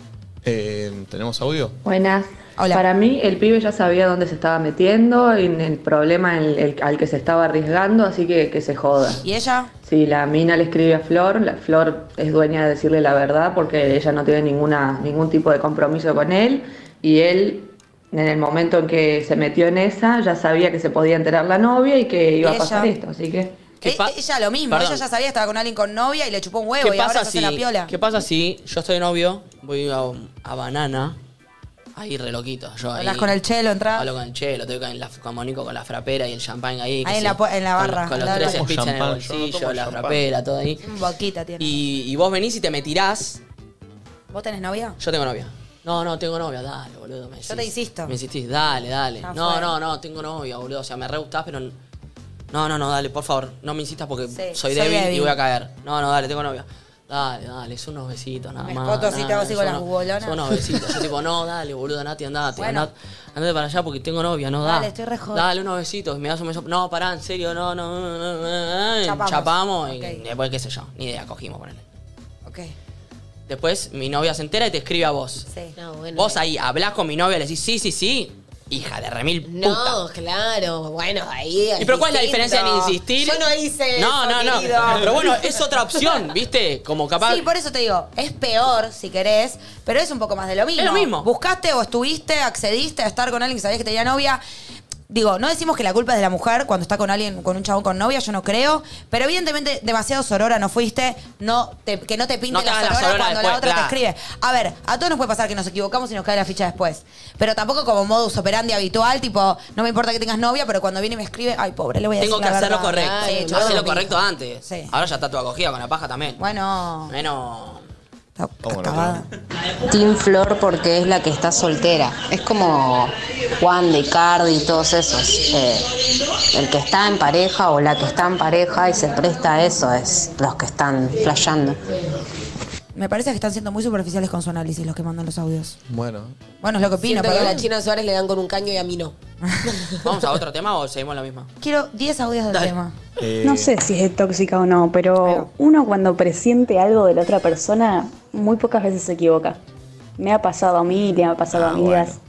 S1: Eh, ¿Tenemos audio?
S12: Buenas.
S2: Hola.
S12: Para mí, el pibe ya sabía dónde se estaba metiendo, en el problema en el- al que se estaba arriesgando, así que que se joda.
S2: ¿Y ella?
S12: Si la mina le escribe a Flor, la Flor es dueña de decirle la verdad porque ella no tiene ninguna, ningún tipo de compromiso con él y él, en el momento en que se metió en esa, ya sabía que se podía enterar la novia y que iba a
S2: Ella.
S12: pasar esto, así que...
S3: ¿Qué
S2: Eh,
S3: pa-
S2: ella lo mismo,
S3: Perdón.
S2: ella ya sabía que estaba con alguien con novia y le chupó un huevo
S3: ¿Qué
S2: y ahora
S3: pasa,
S2: se hace
S3: si,
S2: la piola.
S3: ¿Qué pasa si yo estoy novio, voy a, a Banana, ahí re loquito, yo ahí...
S2: Hablas con el chelo, entras.
S3: Hablo con el chelo, estoy con, la, con Monico con la frapera y el champán ahí. qué
S2: Ahí en
S3: sé
S2: la
S3: yo.
S2: po- en la
S3: Con los-
S2: barra,
S3: Con,
S2: la
S3: los tres
S2: barra.
S3: speech en el
S1: Champán, yo no
S3: bolsillo,
S1: tomo
S3: la
S1: champán.
S3: frapera, todo ahí.
S2: Boquita tiene.
S3: Y, y vos venís y te me tirás.
S2: ¿Vos tenés novia?
S3: Yo tengo novia. No, no, tengo novia, dale, boludo. Me
S2: Yo te insisto.
S3: Me insistís, dale, dale.
S2: Ya
S3: no,
S2: fue.
S3: no, no, tengo novia, boludo. O sea, me re gustás, pero. n- No, no, no, dale, por favor, no me insistas porque
S2: Sí,
S3: soy,
S2: soy
S3: débil, y
S2: débil.
S3: voy a caer. No, no, dale, tengo novia. Dale, dale, son unos besitos, nada
S2: Me
S3: más.
S2: escoto así,
S3: nada,
S2: te hago así con
S3: son
S2: las
S3: unos-
S2: bolonas.
S3: Son unos besitos. Yo tipo, no, dale, boludo, Nati, andate,
S2: Bueno.
S3: andate, andate para allá porque tengo novia, no da.
S2: Dale, estoy re jodida.
S3: Dale unos besitos, y me das un beso. No, pará, en serio, no, no, no, no, no, no.
S2: Chapamos.
S3: Chapamos y
S2: Ok.
S3: después, qué sé yo, ni idea, cogimos, ponele.
S2: Ok.
S3: Después mi novia se entera y te escribe a vos.
S2: Sí.
S4: No, bueno.
S3: Vos ahí hablás con mi novia, le decís sí, sí, sí. Hija de remil
S4: No,
S3: puta.
S4: claro, bueno, ahí.
S3: ¿Y pero cuál es la
S4: distinto.
S3: diferencia en insistir?
S4: Yo no hice
S3: No,
S4: eso,
S3: no, no.
S4: querido.
S3: Pero bueno, es otra opción, ¿viste? Como capaz.
S2: Sí, por eso te digo, es peor si querés, pero es un poco más de lo mismo.
S3: Es lo mismo.
S2: Buscaste o estuviste, accediste a estar con alguien que sabías que tenía novia. Digo, no decimos que la culpa es de la mujer cuando está con alguien, con un chabón con novia, yo no creo. Pero evidentemente demasiado sorora no fuiste, no te- que no te pinte
S3: No te
S2: la,
S3: hagas la
S2: sorora
S3: sorora
S2: cuando
S3: después,
S2: la otra
S3: claro.
S2: te escribe. A ver, a todos nos puede pasar que nos equivocamos y nos cae la ficha después. Pero tampoco como modus operandi habitual, tipo, no me importa que tengas novia, pero cuando viene y me escribe, ay, pobre, le voy a
S3: Tengo
S2: decir
S3: que
S2: la
S3: hacer lo
S2: verdad".
S3: correcto.
S2: Sí,
S4: Ay,
S2: chorro,
S3: Hacé lo
S2: pija.
S3: correcto ah. antes.
S2: Sí.
S3: Ahora ya está tu acogida con la paja también.
S2: Bueno,
S3: Menos.
S2: está
S1: ¿Cómo no?
S2: acabada.
S13: Team Flor porque es la que está soltera. Es como Juan de Cardi y todos esos. Eh, el que está en pareja o la que está en pareja y se presta a eso es los que están flasheando.
S2: Me parece que están siendo muy superficiales con su análisis los que mandan los audios.
S1: Bueno.
S2: Bueno, es lo que opino,
S4: Siento que a la
S2: perdón.
S4: China Suárez le dan con un caño y a mí no.
S3: ¿Vamos a otro tema o seguimos la misma?
S2: Quiero 10 audios del tema.
S1: eh,
S12: No sé si es tóxica o no, pero uno cuando presiente algo de la otra persona, muy pocas veces se equivoca. Me ha pasado a mí, le ha pasado
S1: Ah,
S12: a amigas.
S1: bueno.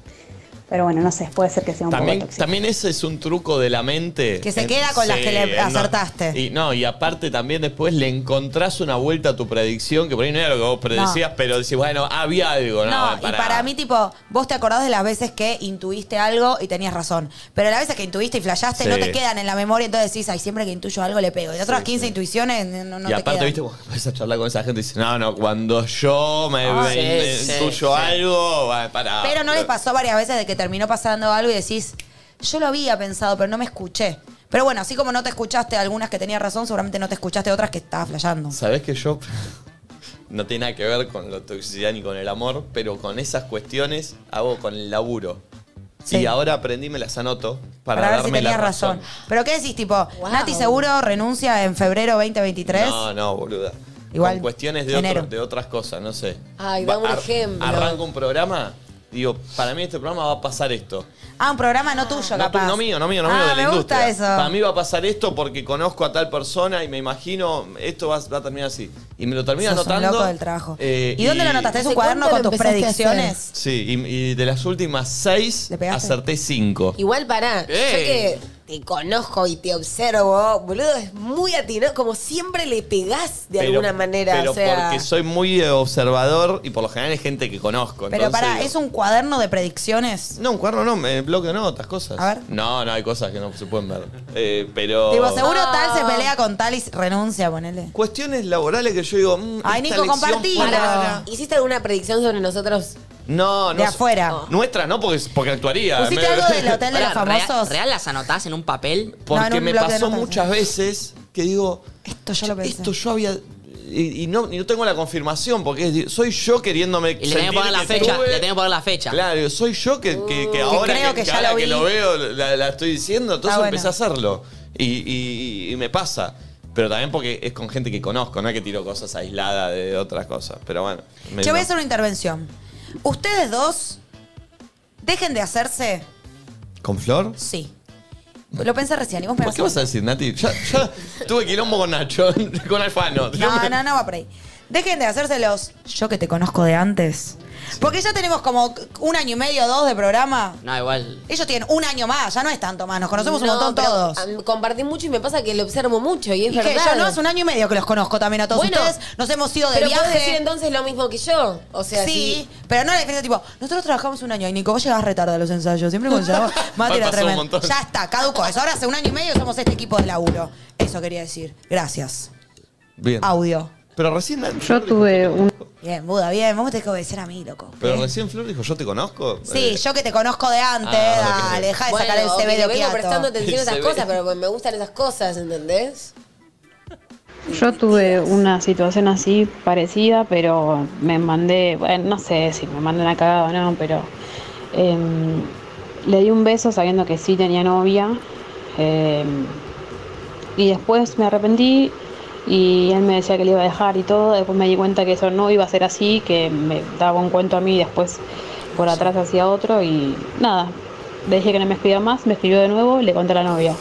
S12: Pero bueno, no sé, puede ser que sea un
S1: También,
S12: poco tóxica.
S1: también ese es un truco de la mente.
S2: Que se
S1: Eh,
S2: queda con las que le
S1: eh,
S2: acertaste.
S1: Y no, y aparte también después le encontrás una vuelta a tu predicción, que por ahí no era lo que vos predecías, pero decís, bueno, eh, había algo, ¿no?
S2: No, y para mí, tipo, vos te acordás de las veces que intuiste algo y tenías razón. Pero las veces que intuiste y flashaste
S1: Sí.
S2: no te quedan en la memoria, entonces decís, ay, siempre que intuyo algo le pego. Y otras 15 intuiciones no, no
S1: y
S2: te
S1: aparte,
S2: quedan.
S1: viste, cuando empiezas a charlar con esa gente y dices, no, no, cuando yo me,
S3: Ah,
S1: me-
S3: sí,
S1: me
S3: sí,
S1: intuyo
S3: sí.
S1: algo, va, para.
S2: Pero no les pasó varias veces de que terminó pasando algo y decís, yo lo había pensado, pero no me escuché. Pero bueno, así como no te escuchaste algunas que tenías razón, seguramente no te escuchaste otras que estabas flasheando.
S1: Sabés que yo no tiene nada que ver con la toxicidad ni con el amor, pero con esas cuestiones hago con el laburo.
S2: Sí.
S1: Y ahora aprendí, me las anoto para,
S2: Para, ver si
S1: darme
S2: tenías
S1: la
S2: razón. Pero ¿qué decís, tipo, Nati seguro renuncia en febrero 2023?
S1: No, no, boluda.
S2: Igual,
S1: Con cuestiones de, otro-
S2: enero.
S1: de otras cosas, no sé.
S4: Ay,
S1: Va-
S4: dame un
S1: ar-
S4: ejemplo.
S1: Arranco un programa, digo, para mí este programa va a pasar esto.
S2: Ah, un programa no tuyo,
S1: No, tú-
S2: capaz.
S1: no mío, no mío, no
S2: Ah,
S1: mío, de la
S2: me
S1: industria.
S2: gusta eso.
S1: Para mí va a pasar esto porque conozco a tal persona y me imagino esto va, va a terminar así. Y me lo termino
S2: Sos un
S1: anotando.
S2: loco del trabajo.
S1: eh,
S2: ¿Y, dónde lo anotaste? ¿Es un cuaderno con
S10: cuánto lo
S2: tus
S10: empezaste a hacer?
S2: predicciones?
S1: Sí, y, y de las últimas seis
S2: ¿Le pegaste?
S1: acerté cinco.
S4: Igual para,
S3: Eh.
S4: yo que te conozco y te observo, boludo, es muy atinado, como siempre le pegás de
S1: Pero-
S4: alguna manera.
S1: Pero
S4: o sea,
S1: porque soy muy eh, observador y por lo general es gente que conozco.
S2: Pero
S1: entonces
S2: pará,
S1: digo-
S2: ¿es un cuaderno de predicciones?
S1: No, un cuaderno no, me bloqueo no, otras cosas.
S2: A ver.
S1: No, no, hay cosas que no se pueden ver. Eh, pero.
S2: Digo, seguro
S4: No.
S2: tal se pelea con tal y s- renuncia, ponele.
S1: Cuestiones laborales que yo digo. mm, esta
S2: Ay, Nico,
S1: elección
S2: compartilo.
S1: fue
S4: Pará,
S1: mala.
S4: ¿hiciste alguna predicción sobre nosotros?
S1: No, no.
S2: De afuera.
S1: Nuestra no, porque, porque actuaría.
S2: ¿Pusiste
S1: Me-
S2: algo del hotel de los
S3: Ahora, ¿real-
S2: famosos?
S3: ¿Real las anotás en un papel?
S1: Porque
S2: No, en un
S1: me
S2: bloque de
S1: pasó
S2: notas.
S1: muchas veces que digo.
S2: Esto yo lo pensé.
S1: Esto yo había. Y, y no, y no tengo la confirmación, porque es- soy yo queriéndome.
S3: Y le tenés que poner la
S1: sentir
S3: fecha.
S1: tuve-
S3: Le tenés que poner la fecha.
S1: Claro, soy yo que, que- que ahora,
S2: creo
S1: que,
S2: que
S1: que
S2: ya
S1: ahora
S2: lo
S1: que
S2: vi.
S1: lo veo la, la estoy diciendo, entonces
S2: bueno.
S1: empecé a hacerlo. Y, y- y me pasa. Pero también porque es con gente que conozco, no es que tiro cosas aisladas de otras cosas. Pero bueno. me-
S2: Yo voy a hacer una intervención. Ustedes dos, dejen de hacerse
S1: ¿Con Flor?
S2: Sí. Lo pensé recién y vos
S6: ¿Por qué vas a decir, Nati? Ya, ya tuve quilombo con Nacho, con Alfano.
S2: No, no, no va por ahí. Dejen de hacerse los yo que te conozco de antes. Porque ya tenemos como un año y medio, dos de programa.
S3: No, igual.
S2: Ellos tienen un año más, ya no es tanto más, nos conocemos
S4: No,
S2: un montón
S4: pero,
S2: todos.
S4: am, compartí mucho y me pasa que lo observo mucho y es
S2: Y que
S4: verdad.
S2: yo no hace un año y medio que los conozco también a todos
S4: Bueno,
S2: ustedes. Nos hemos ido de
S4: pero
S2: viaje.
S4: puedes decir entonces lo mismo que yo. O sea,
S2: sí, pero no la diferencia tipo, nosotros trabajamos un año y Nico, vos llegás retardo a los ensayos, siempre con llegabas, Mati era
S6: Pasó un
S2: tremendo.
S6: montón.
S2: Ya está, caducó eso. Ahora hace un año y medio que somos este equipo de laburo. Eso quería decir. Gracias.
S6: Bien.
S2: Audio.
S6: Pero recién,
S2: Yo tuve un. Bien, Buda, bien, vos me tenés que obedecer a mí, loco.
S6: pero recién Flor dijo, yo te conozco.
S2: Sí,
S6: Eh,
S2: yo que te conozco de antes,
S6: Ah, ok.
S2: dale, deja de
S4: Bueno,
S2: sacar el
S4: ok,
S2: CV
S4: le
S2: de
S4: vengo
S2: Okiato.
S4: prestando atención a
S2: El
S4: esas
S2: CV.
S4: cosas, pero me gustan esas cosas, ¿entendés?
S7: Yo tuve una situación así parecida, pero me mandé, bueno, no sé si me mandé una cagada o no, pero em, le di un beso sabiendo que sí tenía novia. em, y después me arrepentí y él me decía que le iba a dejar y todo. Después me di cuenta que eso no iba a ser así, que me daba un cuento a mí y después por atrás hacía otro y nada. Le dije que no me escribía más, me escribió de nuevo, le conté a la novia.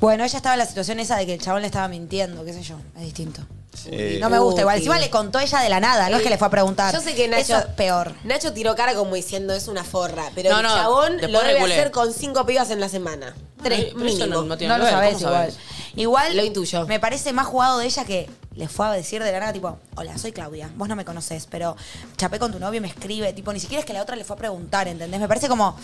S2: Bueno, ella estaba en la situación esa de que el chabón le estaba mintiendo, qué sé yo, es distinto.
S6: eh,
S2: no me gusta igual,
S4: Uti.
S2: encima le contó ella de la nada, no es que le fue a preguntar.
S4: Yo sé que Nacho
S2: Eso es peor.
S4: Nacho tiró cara como diciendo es una forra, pero
S2: No,
S4: el
S2: no,
S4: chabón
S2: después
S4: lo debe
S2: reculé.
S4: hacer con cinco pibas en la semana. Tres
S2: Pero eso
S4: mínimo.
S2: no- no tiene No lo nada que ver, sabés ¿cómo igual. Igual me parece más jugado de ella que le fue a decir de la nada, tipo, hola, soy Claudia, vos no me conocés, pero chapé con tu novio y me escribe, tipo, ni siquiera es que la otra le fue a preguntar, ¿entendés? Me parece como,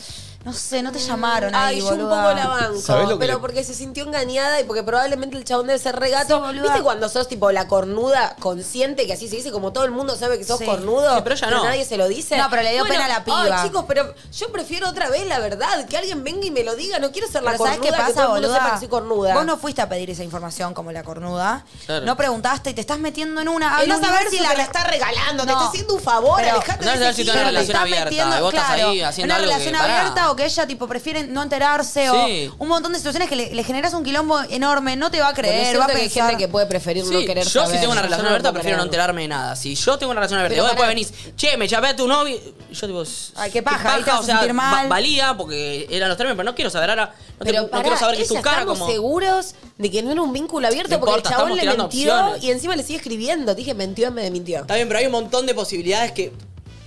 S2: no sé, no te llamaron ahí,
S4: Mm. Ay, yo un
S2: boluda.
S4: poco la banco,
S6: ¿Sabés lo que
S4: pero
S6: le-
S4: porque se sintió engañada y porque probablemente el chabón debe ser regato. ¿Viste cuando sos tipo la cornuda consciente que así se dice? Como todo el mundo sabe que sos
S2: Sí.
S4: cornudo,
S2: Sí, pero ella no.
S4: nadie se lo dice.
S2: No, pero le dio
S4: Bueno,
S2: pena a la piba.
S4: Ay, chicos, pero yo prefiero otra vez la verdad, que alguien venga y me lo diga. No quiero ser la
S2: Pero
S4: cornuda
S2: ¿sabes qué
S4: que
S2: pasa,
S4: todo el mundo
S2: boluda?
S4: sepa que soy cornuda.
S2: Vos no fuiste a pedir esa información como la cornuda.
S4: Claro.
S2: No preguntaste y te estás metiendo en
S3: Ah,
S2: una.
S4: El
S2: no saber
S4: universo
S2: si la
S4: te la está regalando, te
S2: No.
S4: está haciendo un favor,
S2: Pero-
S4: alejate
S3: No
S4: de
S3: es
S4: ese
S3: ver si tenés
S4: giro.
S3: una relación
S4: Te está
S3: abierta.
S4: metiendo-
S3: y vos estás
S2: Claro,
S3: ahí haciendo
S2: una
S3: algo
S2: relación
S3: que, pará.
S2: abierta o que ella tipo prefiere no enterarse
S3: Sí.
S2: o un montón de situaciones que le, le generas un quilombo enorme, no te va a
S4: Bueno, es
S2: creer,
S4: cierto
S2: va a
S4: que hay
S2: pensar
S4: gente que puede preferir no
S3: Sí,
S4: querer
S3: yo
S4: saber.
S3: si tengo una
S4: Yo
S3: relación
S4: no
S3: abierta
S4: puedo
S3: prefiero no
S4: creer.
S3: enterarme de nada. Si yo tengo una relación abierta y
S4: Pero
S3: vos después
S4: pará.
S3: venís, che, me chapé a tu novio. y Yo tipo. Ay,
S2: qué paja, ahí te vas a sentir mal.
S3: valía porque eran los términos, pero no quiero saber ahora. No, te-
S4: Pero
S3: no
S4: pará,
S3: quiero saber que es tu
S4: ella
S3: cara
S4: estamos
S3: como.
S4: seguros de que no era un vínculo abierto
S3: No
S4: porque
S3: importa,
S4: el chabón
S3: estamos
S4: le
S3: tirando
S4: mintió
S3: opciones.
S4: y encima le sigue escribiendo. Dije, mentió en vez de mintió.
S3: Está bien, pero hay un montón de posibilidades que,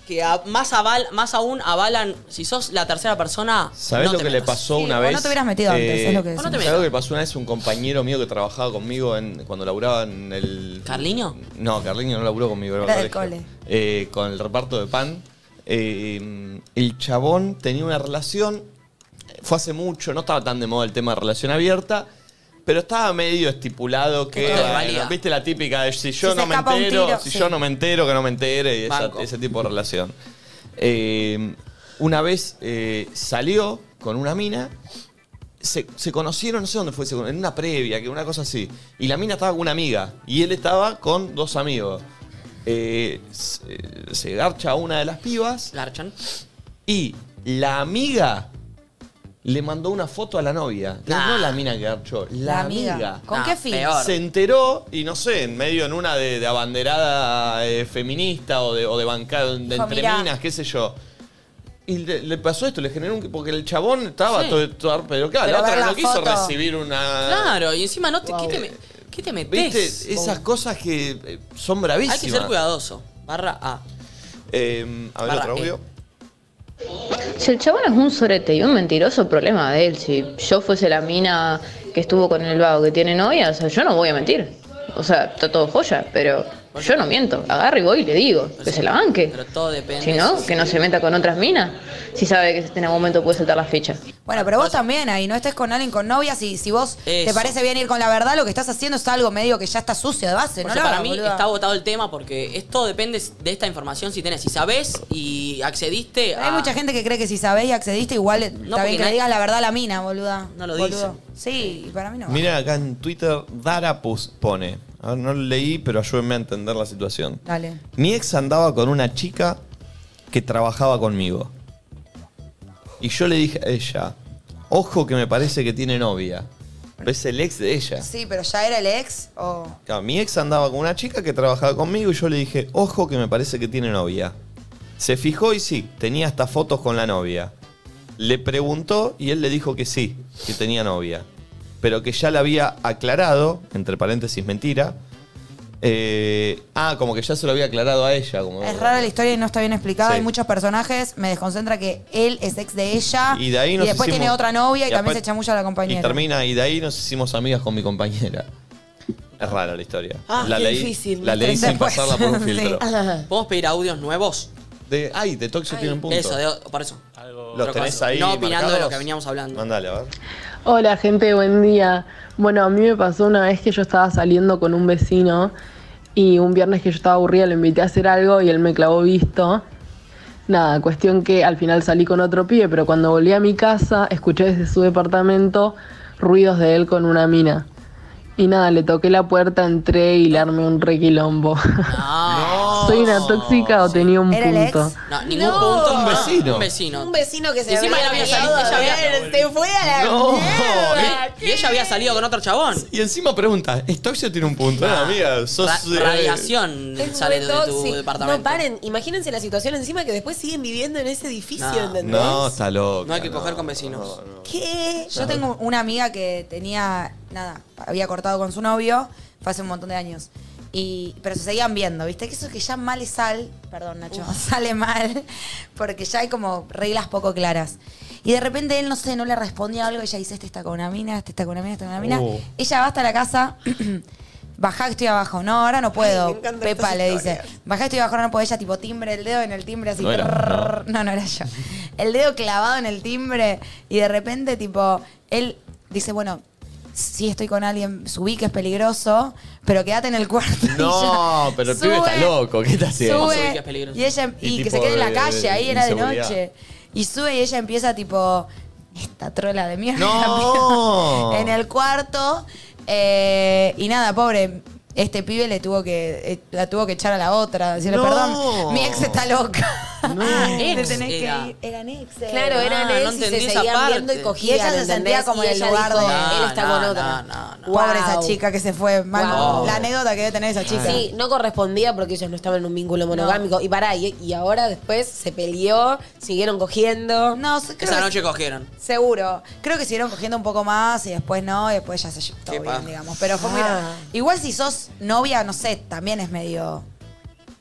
S3: que a- más, aval, más aún avalan. Si sos la tercera persona.
S6: ¿Sabés
S3: no
S6: lo
S3: te
S6: que le
S3: metas.
S6: pasó una vez?
S2: no te hubieras metido antes, es lo que
S6: ¿Sabés
S2: decimos.
S6: lo que le pasó una vez a un compañero mío que trabajaba conmigo en, cuando laburaba en el.
S3: ¿Carliño?
S6: No, Carliño no laburó conmigo.
S2: Era
S6: en
S2: del
S6: el colegio.
S2: cole.
S6: Eh, con el reparto de pan. Eh, el chabón tenía una relación. Fue hace mucho, no estaba tan de moda el tema de relación abierta. Pero estaba medio estipulado que.
S3: Esto es
S6: bueno,
S3: válida.
S6: viste la típica de si yo
S3: Si se
S6: no me
S3: escapa un
S6: entero,
S3: tiro,
S6: si
S3: sí.
S6: yo no me entero, que no me entere, y esa-
S3: Banco.
S6: ese tipo de relación. Eh, una vez eh, salió con una mina se, se conocieron, no sé dónde fue, se- en una previa, que una cosa así. Y la mina estaba con una amiga y él estaba con dos amigos. Eh, se, se garcha a una de las pibas.
S3: Garchan.
S6: Y la amiga le mandó una foto a la novia. No, No la mina que garchó, la,
S2: La amiga.
S6: amiga.
S2: ¿Con Nah, qué fin? peor.
S6: Se enteró y no sé, en medio en una de, de abanderada eh, feminista o de, o de bancada, de
S2: Dijo,
S6: entre
S2: "Mirá".
S6: minas, qué sé yo. Y le, le pasó esto, le generó un... Porque el chabón estaba
S3: Sí.
S6: todo, todo- Pero claro,
S3: Pero
S6: la
S3: ver
S6: otra
S3: la
S6: no quiso
S3: foto.
S6: recibir una...
S3: Claro, y encima no te. ¿qué, te me- qué te metés?
S6: Ah. Viste, esas cosas que eh, son bravísimas.
S3: Hay que ser cuidadoso. Barra A.
S6: Eh, a ver,
S3: Barra
S6: otro
S3: E.
S6: audio.
S9: Si el chabón es un sorete y un mentiroso, problema de él. Si yo fuese la mina que estuvo con el vago que tiene novia, o sea, yo no voy a mentir. O sea, está todo joya, pero yo no miento. Agarro y voy y le digo que se la banque.
S3: Pero todo depende.
S9: Si no, que no se meta con otras minas. Si sabe que en algún momento puede saltar la ficha.
S2: Bueno, pero vos también ahí, no estés con alguien con novia, si, si vos te
S9: Eso.
S2: parece bien ir con la verdad, lo que estás haciendo es algo medio que ya está sucio de base, ¿no?
S3: Por
S2: lo
S3: eso Pues para
S2: hagas,
S3: mí
S2: boluda.
S3: está agotado el tema porque esto depende de esta información si tenés, si sabés y accediste a...
S2: Hay mucha gente que cree que si sabés y accediste, igual está
S3: Ah.
S2: bien
S3: porque
S2: que le
S3: nadie-
S2: digas la verdad a la mina, boluda.
S3: No lo
S2: Boludo. Sí, y para mí no. va.
S6: Mira acá en Twitter, Darapus pone. A ver, no lo leí, pero ayúdenme a entender la situación.
S2: Dale.
S6: Mi ex andaba con una chica que trabajaba conmigo. Y yo le dije a ella, ojo que me parece que tiene novia. Pero es el ex de ella.
S2: Sí, pero ya era el ex o.
S6: Claro, mi ex andaba con una chica que trabajaba conmigo y yo le dije, ojo que me parece que tiene novia. Se fijó y sí, tenía hasta fotos con la novia.
S1: Le preguntó y él le dijo que sí, que tenía novia. Pero que ya la había aclarado, entre paréntesis mentira. eh, ah, como que ya se lo había aclarado a ella. Como,
S2: Es rara la historia y no está bien explicada.
S1: Sí.
S2: Hay muchos personajes. Me desconcentra que él es ex de ella.
S1: Y de ahí nos
S2: Ah, después
S1: hicimos-
S2: tiene otra novia y,
S1: y
S2: también
S1: aparte-
S2: se chamulla a la
S1: Y
S2: compañera.
S1: termina, y de ahí nos hicimos amigas con mi compañera. Es rara la historia.
S3: Ah,
S1: la
S3: qué
S1: leí,
S3: difícil.
S1: La leí sin
S3: Después.
S1: pasarla por un
S3: Sí.
S1: filtro.
S3: ¿Podemos pedir audios nuevos?
S1: De, ay, de Toxo tiene un punto.
S3: Eso, de- por eso.
S1: Los tenés ahí.
S3: No opinando de lo
S1: marcados?
S3: que veníamos hablando.
S1: Mandale, a ver.
S9: Hola gente, buen día. Bueno, a mí me pasó una vez que yo estaba saliendo con un vecino y un viernes que yo estaba aburrida lo invité a hacer algo y él me clavó visto. Nada, cuestión que al final salí con otro pibe, pero cuando volví a mi casa escuché desde su departamento ruidos de él con una mina. Y nada, le toqué la puerta, entré y le armé un requilombo. ¿Soy una tóxica o tenía un punto?
S3: No, ningún
S9: No.
S3: punto.
S9: Un vecino.
S3: Un vecino.
S4: Un vecino que se
S3: Encima
S4: había
S3: la había
S4: llegado
S3: salido,
S4: a
S3: ella había-
S4: ver, se fue a
S2: Eh,
S4: la mierda.
S3: Y ella había salido con otro chabón.
S1: Y encima pregunta, ¿Toxio tiene un punto?
S3: Ah,
S1: Ah, amiga, sos...
S3: ra-
S1: eh,
S3: radiación
S4: Es
S3: sale
S4: muy
S3: de tu
S4: tóxico. No
S3: departamento.
S4: paren, imagínense la situación encima que después siguen viviendo en ese edificio,
S3: No.
S4: ¿entendés?
S1: No, está loco.
S3: No hay que coger con vecinos.
S2: ¿Qué? Yo
S1: No.
S2: tengo una amiga que tenía, nada, había cortado con su novio, fue hace un montón de años. Y, pero se seguían viendo, ¿viste? Que eso que ya mal es sal, perdón Nacho, sale mal, porque ya hay como reglas poco claras. Y de repente él, no sé, no le respondía algo, ella dice, este está con una mina, este está con una mina, este está con una mina.
S6: Oh.
S2: Ella va hasta la casa, bajá que estoy abajo, no, ahora no puedo. Pepa le dice, bajá que estoy abajo, ahora no puedo. Ella tipo timbre el dedo en el timbre así.
S6: No era,
S2: trrr. no, no era yo el dedo clavado en el timbre y de repente, tipo, él dice, bueno, si estoy con alguien, subí que es peligroso, pero quédate en el cuarto.
S1: No, pero el pibe está
S2: Sube,
S1: loco. ¿Qué está haciendo?
S2: Sube, y ella, em- y, que se quede en la calle, ahí era de noche. Y sube y ella empieza tipo, esta trola de mierda.
S1: No.
S2: en el cuarto. eh, y nada, pobre, este pibe le tuvo que, eh, la tuvo que echar a la otra, decirle,
S6: No.
S2: perdón, mi ex está loca.
S6: Ex
S2: Te tenés
S6: era.
S2: que ir. Eran ex.
S14: Claro, eran
S2: Ah,
S14: ex
S2: no
S14: y
S2: entendí
S14: se
S2: esa
S14: seguían
S2: parte.
S14: viendo y
S2: Y
S14: cogían.
S2: ella se sentía
S14: ¿entendés?
S2: como
S14: Y
S2: en el
S14: ella
S2: lugar de
S14: dijo, él está
S3: no,
S14: con
S3: no,
S14: otra.
S2: Pobre esa
S14: Wow.
S2: chica que se fue. Mal-
S14: Wow.
S2: La anécdota que debe tener esa chica.
S14: Sí, no correspondía porque ellos no estaban en un vínculo monogámico. Y pará, y, y ahora después se peleó, siguieron cogiendo.
S2: No,
S3: Esa noche cogieron.
S2: Seguro. Creo que siguieron cogiendo un poco más y después no, y después ya se llevó todo
S3: Qué paja.
S2: bien, digamos. Pero fue muy-
S1: Ah.
S2: Igual si sos novia, no sé, también es medio.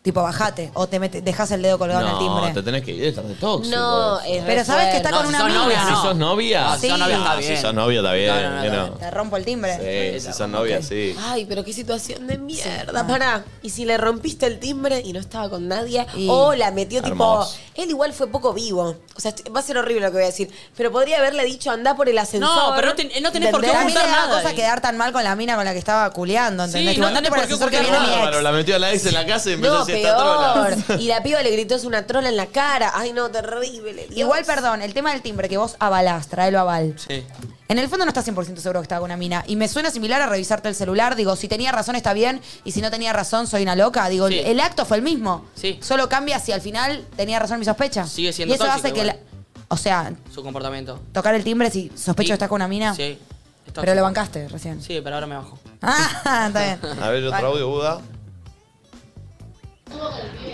S2: Tipo, bajate. O te metes, dejas el dedo colgado en el
S1: No,
S2: timbre.
S1: te tenés que ir, estás de tóxico.
S2: No,
S4: eh,
S2: es Pero re sabes que está fuerte. con una
S1: sos
S2: mina.
S1: novia,
S2: No.
S1: Si sos novia,
S2: No, si sos novia está
S1: Ah, Si
S2: bien.
S1: sos novia está bien.
S2: No, no, no,
S1: que
S2: no. Te rompo el timbre.
S1: Sí, si sos novia, sí.
S4: Ay, pero qué situación de mierda.
S2: Ah.
S4: Pará. Y si le rompiste el timbre y no estaba con nadie,
S2: Y-
S4: o la metió tipo.
S1: Hermoso.
S4: Él igual fue poco vivo. O sea, est- va a ser horrible lo que voy a decir. Pero podría haberle dicho, andá por el ascensor.
S3: No, pero no ten- no tenés por qué
S2: a mí me
S4: ¿Entendés?
S2: da cosa quedar tan mal con la mina con la que estaba culeando, ¿entendés? Tipo,
S1: no
S2: andate
S1: tenés
S2: por
S1: por
S2: el
S1: qué
S2: ascensor que
S1: ocultar
S2: viene mi
S1: nada,
S2: ex.
S1: Bárbaro, la metió a la ex en la casa y empezó a
S4: No,
S1: decir esta trola.
S4: peor. Y la piba le gritó, es una trola en la cara. Ay, no, terrible. Dios.
S2: Igual, perdón, el tema del timbre que vos avalás, traelo aval.
S3: Sí.
S2: En el fondo no estás 100% seguro que estaba con una mina. Y me suena similar a revisarte el celular. Digo, si tenía razón está bien. Y si no tenía razón, soy una loca. Digo,
S3: Sí.
S2: el acto fue el mismo.
S3: Sí.
S2: Solo cambia si al final tenía razón mi sospecha.
S3: Sigue
S2: Y
S3: siendo
S2: eso
S3: tóxica
S2: hace que...
S3: igual.
S2: la- o sea,
S3: Su comportamiento.
S2: tocar el timbre si sospecho
S3: Sí.
S2: que estás con una mina.
S3: Sí. es tóxico.
S2: Pero lo bancaste recién.
S3: Sí, pero ahora me bajo.
S2: Ah, está bien.
S1: A ver, otro audio, Buda.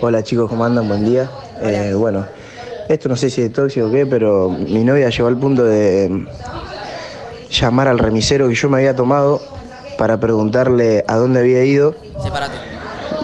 S7: Hola chicos, ¿cómo andan? Buen día. Eh, bueno, esto no sé si es tóxico o qué, pero mi novia llegó al punto de mm, llamar al remisero que yo me había tomado para preguntarle a dónde había ido
S3: Sepárate.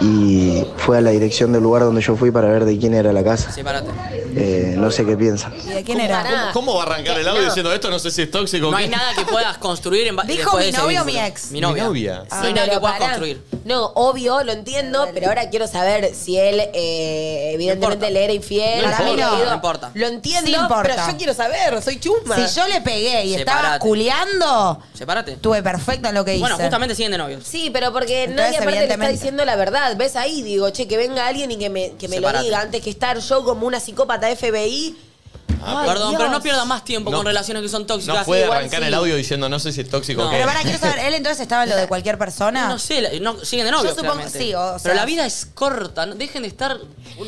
S7: y fue a la dirección del lugar donde yo fui para ver de quién era la casa.
S3: Sepárate.
S7: Eh, no sé qué piensan.
S2: ¿Y de quién era?
S1: ¿Cómo, cómo va a arrancar el audio
S3: No.
S1: diciendo esto? No sé si es tóxico o
S3: No
S1: qué.
S3: hay nada que puedas construir en ba-
S4: ¿Dijo
S3: después de
S4: mi
S3: ese
S4: novio o
S3: vínculo.
S4: mi ex?
S3: Mi novia.
S1: Mi novia.
S3: No hay nada que
S4: Ah, pero
S3: puedas
S4: pará.
S3: construir.
S4: No, obvio, lo entiendo, pero ahora quiero saber si él, eh, evidentemente, le era infiel.
S3: No
S4: Para mí
S3: importa,
S4: querido,
S3: no importa.
S4: Lo entiendo,
S2: Sí importa.
S4: pero yo quiero saber, soy chuma.
S2: Si yo le pegué y estaba
S3: Separate.
S2: culeando,
S3: Sepárate.
S2: estuve perfecta en lo que hice.
S3: Bueno, justamente siguen de novios.
S4: Sí, pero porque
S2: Entonces,
S4: nadie aparte le está
S2: evidentemente.
S4: diciendo la verdad. ¿Ves ahí? Digo, che, que venga alguien y que me, que me lo
S3: Separate.
S4: diga antes que estar yo como una psicópata FBI. Ay,
S3: Ah, Perdón,
S4: Dios.
S3: pero no pierdas más tiempo
S1: No.
S3: con relaciones que son tóxicas.
S1: No puede
S3: Igual
S1: arrancar
S3: sí.
S1: el audio diciendo no sé si es tóxico o qué.
S2: Pero para, quiero saber, ¿él entonces estaba en lo de cualquier persona?
S3: No sé, la- no, siguen de
S2: Yo
S3: novios.
S2: supongo-
S3: claramente.
S2: sí, o sea-
S3: Pero la vida es corta. no- Dejen de estar.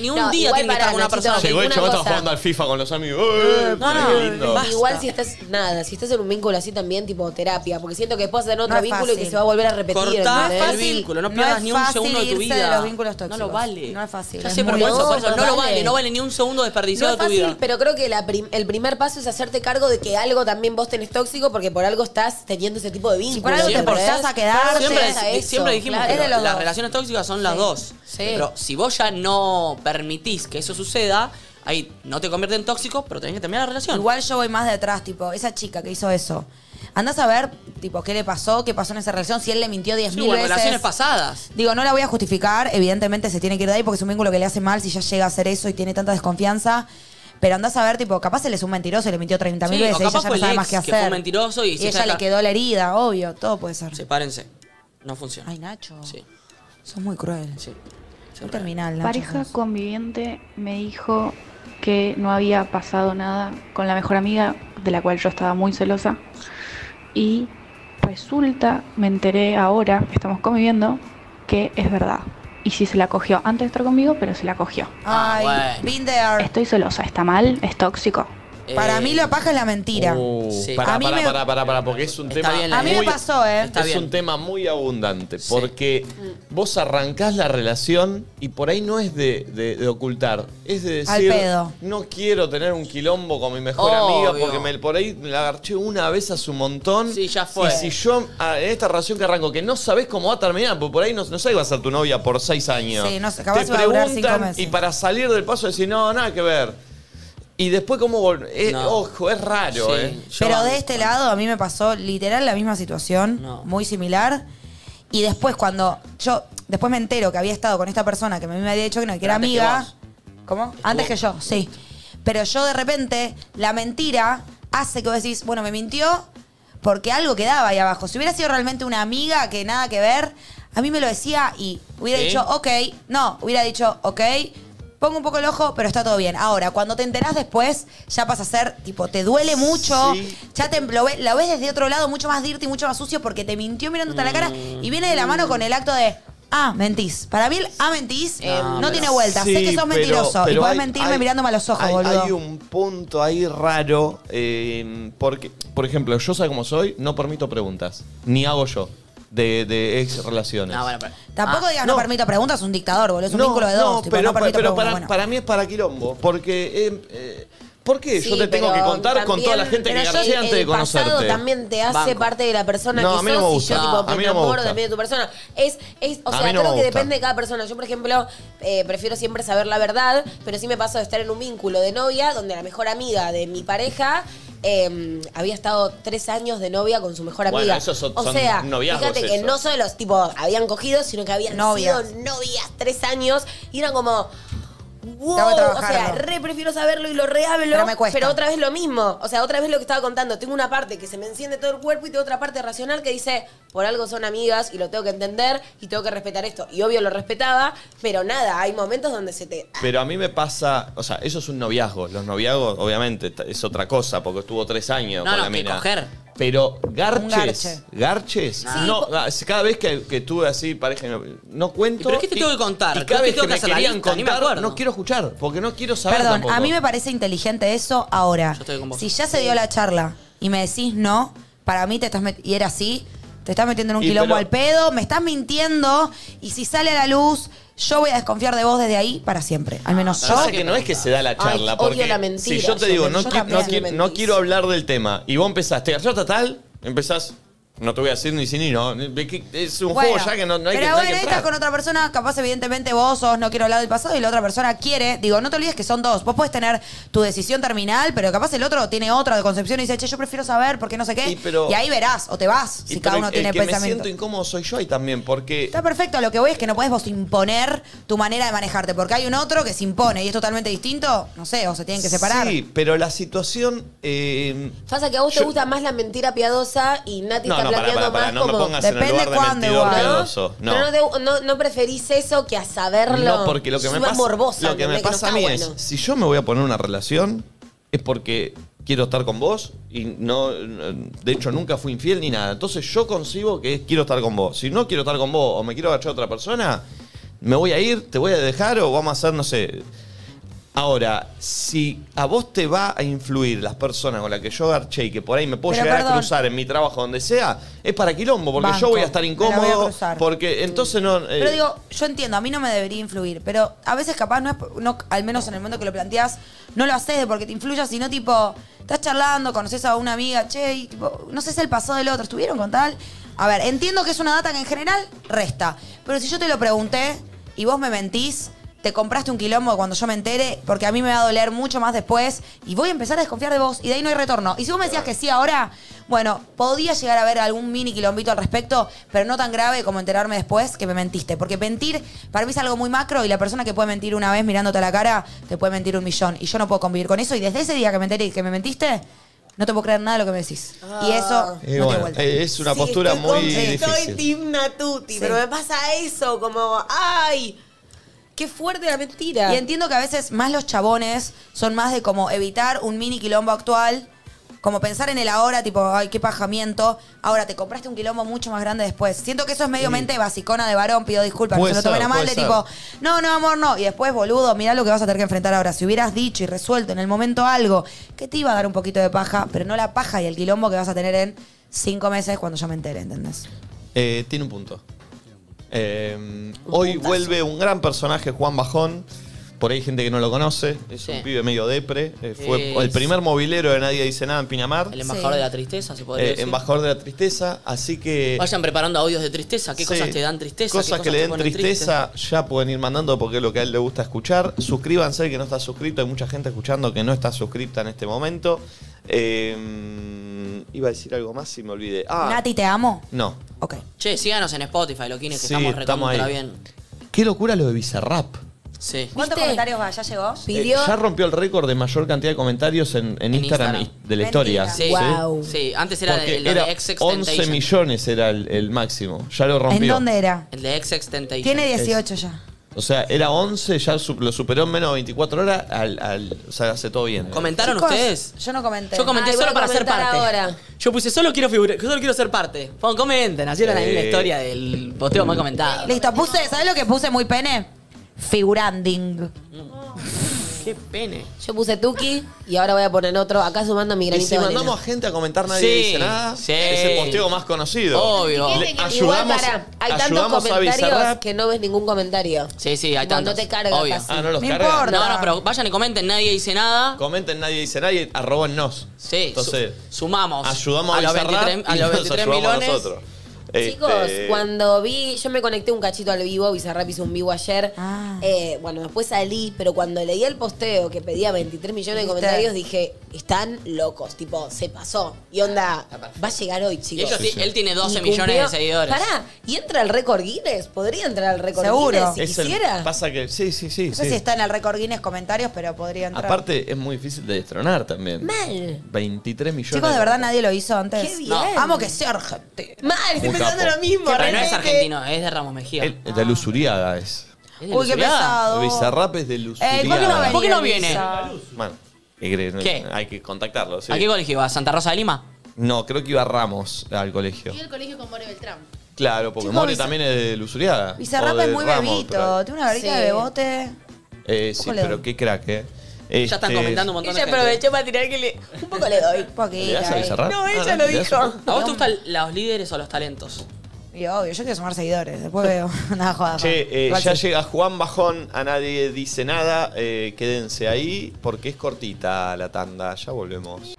S3: Ni un
S4: No,
S3: día tienen
S4: igual
S3: que estar
S4: pará,
S3: con una
S4: Nachito,
S3: persona. que-
S1: Llegó el
S4: Una
S1: chabón, estaba
S4: cosa.
S1: jugando al FIFA con los amigos. ¡Eh,
S4: No,
S1: qué lindo!
S4: no, igual si estás, nada, si estás en un vínculo así también, tipo terapia, porque siento que después en otro
S2: No es
S4: vínculo y
S2: fácil.
S4: que se va a volver a repetir.
S3: Cortá
S4: ¿entendés?
S3: el vínculo, no pierdas
S2: es
S3: ni un
S2: fácil
S3: segundo de tu
S2: irse
S3: vida.
S2: de los vínculos tóxicos.
S3: No lo vale.
S2: No es fácil.
S3: Ya
S2: es
S3: sé, pero
S2: muy
S3: por eso, por
S2: difícil.
S3: eso, no, lo vale, no vale ni un segundo
S4: No
S3: desperdiciado
S4: es
S3: de tu
S4: fácil,
S3: vida.
S4: pero creo que la la prim- el primer paso es hacerte cargo de que algo también vos tenés tóxico porque por algo estás teniendo ese tipo de vínculos.
S2: por algo te forzás a quedarte,
S4: Siempre
S3: Siempre, di- siempre dijimos
S4: claro.
S3: que
S4: Es de
S3: lo-
S4: los
S3: las
S4: dos.
S3: relaciones tóxicas son las dos. Pero si vos ya no permitís que eso suceda, ahí no te convierte en tóxico, pero tenés que terminar la relación.
S2: Igual yo voy más detrás, tipo, esa chica que hizo eso. Andás a ver, tipo, qué le pasó, qué pasó en esa relación, si él le mintió 10.000
S3: Sí, o en
S2: veces.
S3: relaciones pasadas.
S2: Digo, no la voy a justificar, evidentemente se tiene que ir de ahí porque es un vínculo que le hace mal si ya llega a hacer eso y tiene tanta desconfianza. Pero andás a ver, tipo, capaz él es un mentiroso y le mintió 30.000
S3: Sí,
S2: veces,
S3: o
S2: ella
S3: capaz
S2: ya
S3: fue
S2: no
S3: el
S2: sabe
S3: ex
S2: más qué
S3: que
S2: hacer.
S3: fue mentiroso y se
S2: ella
S3: está-
S2: le quedó la herida, obvio, todo puede ser.
S3: Sepárense. No funciona. Ay,
S2: Nacho.
S3: Sí.
S2: Sos muy cruel.
S3: Sí.
S2: Un terminal, Nacho.
S6: Pareja conviviente me dijo que no había pasado nada con la mejor amiga, de la cual yo estaba muy celosa. Y resulta, me enteré ahora, que estamos conviviendo, que es verdad. Y sí se la cogió antes de estar conmigo, pero se la cogió.
S3: Ah,
S2: Ay, been there.
S6: Estoy celosa, está mal, es tóxico.
S3: Eh,
S2: Para mí la paja es la mentira.
S3: oh,
S1: Uh,
S2: Sí.
S1: Para,
S2: A mí
S1: para,
S2: me-
S1: para, para, para, porque es un tema.
S2: bien la A mí me idea. pasó, ¿eh? Está
S1: es
S2: bien. Mm.
S1: un tema muy abundante. Porque vos arrancás la relación y por ahí no es de, de- de ocultar. Es de
S2: Al
S1: decir.
S2: pedo.
S1: No quiero tener un quilombo con mi mejor
S3: Obvio.
S1: amiga porque me, por ahí la agarché una vez a su montón. Sí, ya
S3: fue.
S1: Y si yo, ah, en esta relación que arranco, que no sabés cómo va a terminar, porque por ahí no, no sabés que va a ser tu novia por seis años.
S2: Sí, no sé, capaz
S1: Te
S2: va a durar cinco
S1: preguntan
S2: meses.
S1: y para salir del paso decir, no, nada que ver. Y después cómo volver. Ojo, es raro,
S3: Sí.
S1: ¿eh?
S2: Pero de este lado a mí me pasó literal la misma situación, muy similar. Y después cuando yo, después me entero que había estado con esta persona que a mí me había dicho que no, que era
S10: Antes que
S2: amiga.
S10: vos.
S2: ¿Cómo? Antes que yo, sí. Pero yo de repente, la mentira hace que vos decís, bueno, me mintió porque algo quedaba ahí abajo. Si hubiera sido realmente una amiga que nada que ver, a mí me lo decía y hubiera
S10: ¿Sí?
S2: dicho, ok, no, hubiera dicho, ok, pongo un poco el ojo, pero está todo bien. Ahora, cuando te enterás después, ya pasa a ser, tipo, te duele mucho, ya te lo ve- la ves desde otro lado, mucho más dirty, mucho más sucio, porque te mintió mirándote a la cara y viene de la mano con el acto de, ah, mentís. Para mí el, ah, mentís, eh, no,
S1: pero-
S2: tiene vuelta. sé
S1: Sí,
S2: que sos
S1: pero-
S2: mentiroso y
S1: pero
S2: podés
S1: hay-
S2: mentirme
S1: hay-
S2: mirándome a los ojos,
S1: hay,
S2: boludo.
S1: Hay un punto ahí raro, eh, porque, por ejemplo, yo sé cómo soy, no permito preguntas, ni hago yo, de, de ex relaciones.
S3: No, bueno, pero.
S2: Tampoco
S1: Ah,
S2: digas, no,
S1: no.
S2: permito preguntas, un dictador, boludo. Es un
S1: No,
S2: vínculo de
S1: no,
S2: dos, tipo,
S1: pero,
S2: no permito
S1: pero
S2: preguntas.
S1: para,
S2: Bueno.
S1: para mí es para quilombo, porque... eh, eh, ¿Por qué yo
S4: Sí,
S1: te tengo que
S4: pero
S1: contar con
S4: también-
S1: toda la gente que
S4: pero yo-
S1: garché
S4: el
S1: antes de
S4: pasado
S1: conocerte?
S4: también te hace
S1: Banco.
S4: parte de la persona
S1: No,
S4: que
S1: a mí no
S4: sos
S1: me
S4: y
S1: gusta.
S4: yo tipo,
S1: A mí
S4: me
S1: no me
S4: enamoro
S1: gusta.
S4: también de tu persona. Es, es, o
S1: A
S4: sea,
S1: mí no
S4: creo
S1: me
S4: que
S1: gusta.
S4: depende de cada persona. Yo, por ejemplo, eh, prefiero siempre saber la verdad, pero sí me pasó de estar en un vínculo de novia donde la mejor amiga de mi pareja. eh, había estado tres años de novia con su mejor
S1: Bueno,
S4: amiga.
S1: esos son-
S4: o
S1: son
S4: sea,
S1: noviazgos
S4: fíjate que
S1: esos.
S4: no solo los tipo habían cogido, sino que habían
S2: Novias.
S4: sido novias tres años y eran como, wow,
S2: Tengo que
S4: o sea,
S2: trabajarlo.
S4: re prefiero saberlo y lo rehablo,
S2: Pero me cuesta.
S4: otra vez lo mismo. O sea, otra vez lo que estaba contando. Tengo una parte que se me enciende todo el cuerpo y tengo otra parte racional que dice, por algo son amigas y lo tengo que entender y tengo que respetar esto. Y obvio lo respetaba, pero nada, hay momentos donde se te...
S1: Pero a mí me pasa, o sea, eso es un noviazgo. Los noviazgos, obviamente, t- es otra cosa, porque estuvo tres años
S3: No,
S1: con
S3: no,
S1: la
S3: que
S1: mina.
S3: coger.
S1: Pero
S3: Un
S1: garches,
S3: garche.
S1: garches, no, ah, cada vez que, que tuve así pareja, no, no cuento.
S3: ¿Pero qué te
S1: y-
S3: tengo que contar?
S1: Y cada vez
S3: ¿Qué
S1: que,
S3: tengo que
S1: me
S3: hacer la
S1: querían
S3: lista? Ni me
S1: contar,
S3: acuerdo.
S1: no quiero escuchar, porque no quiero saber
S2: Perdón,
S1: tampoco.
S2: a mí me parece inteligente eso ahora.
S1: estoy con vos.
S2: Si ya se dio la charla y me decís no, para mí te estás met- y era así, te estás metiendo en un
S1: Y
S2: quilombo
S1: pero-
S2: al pedo, me estás mintiendo y si sale a la luz, yo voy a desconfiar de vos desde ahí para siempre. Al menos
S1: Lo que
S2: yo.
S1: pasa es Ah, que no es que se da la charla,
S2: Ay, odio
S1: porque
S2: la mentira,
S1: si yo te
S2: yo
S1: digo,
S2: también.
S1: no,
S2: Yo
S1: qui- no
S2: también.
S1: qui- no quiero hablar del tema, y vos empezás, te garchó hasta tal, empezás, no te voy a decir ni si ni no, de que- es un
S2: Bueno,
S1: juego ya que no, no hay
S2: pero
S1: que, no hay
S2: bueno,
S1: que
S2: ahí
S1: entrar.
S2: estás con otra persona, capaz evidentemente vos sos no quiero hablar del pasado y la otra persona quiere. Digo, no te olvides que son dos. Vos podés tener tu decisión terminal, pero capaz el otro tiene otra de concepción y dice, che, yo prefiero saber porque no sé qué. Y,
S1: Y pero-
S2: ahí verás, o te vas,
S1: Y
S2: si
S1: pero
S2: cada uno
S1: el
S2: tiene
S1: que me
S2: pensamiento.
S1: siento incómodo soy yo ahí también, porque
S2: Está perfecto, lo que voy es que no podés vos imponer tu manera de manejarte, porque hay un otro que se impone y es totalmente distinto, no sé, o se tienen que separar.
S1: Sí, pero la situación. eh,
S4: Pasa que a vos te
S1: Yo-
S4: gusta más la mentira piadosa y Nati
S1: no, no,
S4: está
S1: para, para,
S4: planteando
S1: para,
S4: más
S1: no me
S4: como...
S1: pongas en el lugar de mentidor piadoso. No.
S4: Pero no, te- no- no preferís eso que a saberlo.
S1: No, porque lo que me
S4: Suma
S1: pasa,
S4: morbosa,
S1: lo que me
S4: ¿entendés?
S1: pasa a
S4: no
S1: mí
S4: está bueno.
S1: es, si yo me voy a poner una relación, es porque quiero estar con vos y no, de hecho nunca fui infiel ni nada. Entonces yo concibo que es quiero estar con vos. Si no quiero estar con vos o me quiero agachar a otra persona, me voy a ir, te voy a dejar o vamos a hacer, no sé. Ahora, si a vos te va a influir las personas con las que yo garché y que por ahí me puedo
S2: Pero
S1: llegar a
S2: perdón.
S1: cruzar en mi trabajo donde sea, es para quilombo, porque
S2: Banco.
S1: yo voy a estar
S2: Me la
S1: incómodo.
S2: voy a cruzar.
S1: Porque entonces no. eh,
S2: Pero digo, yo entiendo, a mí no me debería influir, pero a veces capaz no es, no, al menos en el momento que lo planteas, no lo haces de porque te influya, sino tipo, estás charlando, conoces a una amiga, che, y tipo, no sé si el pasado del otro, estuvieron con tal. A ver, entiendo que es una data que en general resta, pero si yo te lo pregunté y vos me mentís, te compraste un quilombo cuando yo me entere, porque a mí me va a doler mucho más después y voy a empezar a desconfiar de vos y de ahí no hay retorno. Y si vos me decías que sí ahora, bueno, podía llegar a haber algún mini quilombito al respecto, pero no tan grave como enterarme después que me mentiste. Porque mentir para mí es algo muy macro y la persona que puede mentir una vez mirándote a la cara te puede mentir un millón. Y yo no puedo convivir con eso y desde ese día que me enteré que me mentiste, no te puedo creer nada de lo que me decís. Y eso
S1: eh,
S2: no te
S1: bueno,
S2: vuelve.
S1: eh, es una
S2: Sí,
S1: postura
S2: estoy con-
S1: muy
S2: sí,
S1: difícil.
S10: Soy Team Natuti, pero me pasa eso, como, ¡ay! ¡Qué fuerte la mentira!
S2: Y entiendo que a veces más los chabones son más de como evitar un mini quilombo actual, como pensar en el ahora, tipo, ay, qué pajamiento. Ahora te compraste un quilombo mucho más grande después. Siento que eso es medio
S1: Sí.
S2: mente basicona de varón, pido disculpas, no
S1: Puede
S2: se lo tomen
S1: ser,
S2: a mal,
S1: puede
S2: de
S1: ser.
S2: tipo, no, no, amor, no. Y después, boludo, mirá lo que vas a tener que enfrentar ahora. Si hubieras dicho y resuelto en el momento algo que te iba a dar un poquito de paja, pero no la paja y el quilombo que vas a tener en cinco meses cuando yo me entere, ¿entendés?
S1: Eh, tiene un punto. Eh, hoy vuelve un gran personaje, Juan Bajón. Por ahí hay gente que no lo conoce. Es
S3: Sí.
S1: un pibe medio depre. Eh, fue
S3: Sí,
S1: el
S3: sí.
S1: primer movilero de Nadie Dice Nada en Pinamar.
S3: El embajador Sí. de la tristeza, se podría
S1: Eh,
S3: decir.
S1: Embajador de la tristeza. Así que.
S3: Vayan preparando audios de tristeza. ¿Qué
S1: Sí.
S3: cosas te dan tristeza? ¿Qué
S1: Cosas, que le
S3: te
S1: den
S3: ponen triste?
S1: tristeza, ya pueden ir mandando porque es lo que a él le gusta escuchar. Suscríbanse, el que no está suscrito. Hay mucha gente escuchando que no está suscripta en este momento. Eh, iba a decir algo más y me olvidé. Ah,
S2: Nati, te amo.
S1: no.
S3: Che, síganos en Spotify, loquines, que
S1: Sí,
S3: estamos
S1: estamos
S3: recontra
S1: ahí.
S3: bien.
S1: Qué locura lo de Bizarrap.
S3: Sí.
S2: ¿Cuántos comentarios va? ¿Ya llegó?
S1: Eh, ya rompió el récord de mayor cantidad de comentarios en, en Instagram,
S3: Instagram.
S1: de la historia.
S3: Sí. Sí, antes era
S1: Porque
S3: el, el
S1: era
S3: de ex
S1: 11 millones era el, el máximo. Ya lo rompió.
S2: ¿En dónde era?
S3: El de ex Extentation.
S2: Tiene 18 ya.
S1: O sea, era 11, ya su- lo superó en menos de 24 horas. Al, al- o sea, hace todo bien.
S3: ¿Comentaron
S2: Chicos,
S3: ustedes?
S2: Yo no comenté.
S3: Yo comenté
S2: Ay, voy
S3: solo
S2: a
S3: para ser
S2: comentar
S3: parte.
S2: ahora.
S3: Yo puse solo quiero figurar, solo quiero ser parte. Pon, comenten, así era la
S1: Eh.
S3: misma historia del posteo más comentado.
S2: Listo, puse, ¿sabes lo que puse muy pene? Figuranding.
S3: Qué pene.
S4: Yo puse Tuki y ahora voy a poner otro, acá sumando mi
S1: Y
S4: granito
S1: si
S4: de
S1: mandamos
S4: arena.
S1: a gente a comentar, nadie
S3: Sí,
S1: dice nada.
S3: sí.
S1: Es el posteo más conocido.
S3: Obvio.
S1: Le-
S3: Igual,
S1: ayudamos,
S4: Igual, pará, hay tantos
S1: ayudamos a
S4: comentarios
S1: Bizarrap.
S4: que no ves ningún comentario.
S3: Sí, sí, hay
S4: Bueno,
S3: tantos.
S4: no te carga
S3: Obvio.
S4: casi.
S1: Ah, no los No carga. importa.
S3: No, no, pero vayan y comenten, nadie dice nada.
S1: Comenten, nadie dice nadie. Arrobennos.
S3: Sí,
S1: Entonces,
S3: su- sumamos.
S1: ayudamos a,
S3: los
S1: Bizarrap
S3: 23, a
S1: y
S3: los
S1: nos
S3: 23
S1: ayudamos a
S3: millones.
S1: nosotros.
S4: Chicos,
S1: Este,
S4: cuando vi, yo me conecté un cachito al vivo, Bizarrap hizo un vivo ayer. Eh, bueno, después salí, pero cuando leí el posteo que pedía 23 millones de
S2: ¿Viste?
S4: comentarios, dije, están locos, tipo, se pasó. Y onda, va a llegar hoy,
S3: Y
S4: chicos.
S3: ellos ti- él tiene 12
S4: Y
S3: millones de
S4: cumplió-
S3: seguidores.
S4: Pará, ¿y entra el récord Guinness? ¿Podría entrar al récord
S2: Seguro.
S4: Guinness si
S1: es el-
S4: quisiera?
S1: pasa que. Sí, sí, sí.
S2: No sé
S1: sí.
S2: si está en el récord Guinness comentarios, pero podría entrar.
S1: Aparte, es muy difícil de destronar también.
S2: Mal.
S1: 23 millones.
S2: Chicos, de verdad nadie lo hizo antes.
S4: Qué bien.
S2: No. Amo que sea argentino.
S4: Mal,
S1: estoy Un pensando capo. lo mismo,
S3: Pero no es
S1: realmente.
S3: argentino, es de Ramos Mejía.
S1: El- De Luzuriaga es.
S3: ¿Es de
S2: Uy, qué
S3: Luzuriaga?
S2: pesado. Eh,
S1: Bizarrap es de Luzuriaga.
S2: Oh. ¿por qué no venía
S3: ¿Por qué no
S2: Lisa?
S3: viene?
S1: Man, ¿qué crees?
S3: ¿Qué?
S1: eh, Hay que contactarlo. sí.
S3: ¿A qué colegio iba? ¿Santa Rosa de Lima?
S1: No, creo que iba Ramos al colegio.
S5: Yo el colegio con More Beltrán.
S1: Claro, porque
S5: Chicos,
S1: More
S5: Bizar-
S1: también es de Luzuriaga.
S2: Bizarrap
S1: O de
S2: es muy
S1: Ramos,
S2: bebito.
S1: pero-
S2: Tiene una garita
S4: Sí.
S2: de bebote.
S1: Eh, sí,
S2: ¿Cómo le
S1: pero qué crack, ¿eh?
S3: Ya están
S1: Este,
S3: comentando un montón de
S4: Ella
S3: gente.
S4: aprovechó para tirar que le. Un poco le doy.
S1: ¿Le
S2: Poquito.
S1: das a
S2: eh.
S1: Bizarrap?
S4: No, ella
S1: Ah,
S4: lo
S1: ¿le das
S4: dijo.
S1: un-
S3: ¿A vos te gustan los líderes o los talentos?
S2: Y obvio, yo quiero sumar seguidores. Después veo. Nada, joda.
S1: Che, eh,
S2: Igual
S1: ya
S2: sí.
S1: llega Juan Bajón, a nadie dice nada. eh, quédense ahí porque es cortita la tanda. Ya volvemos.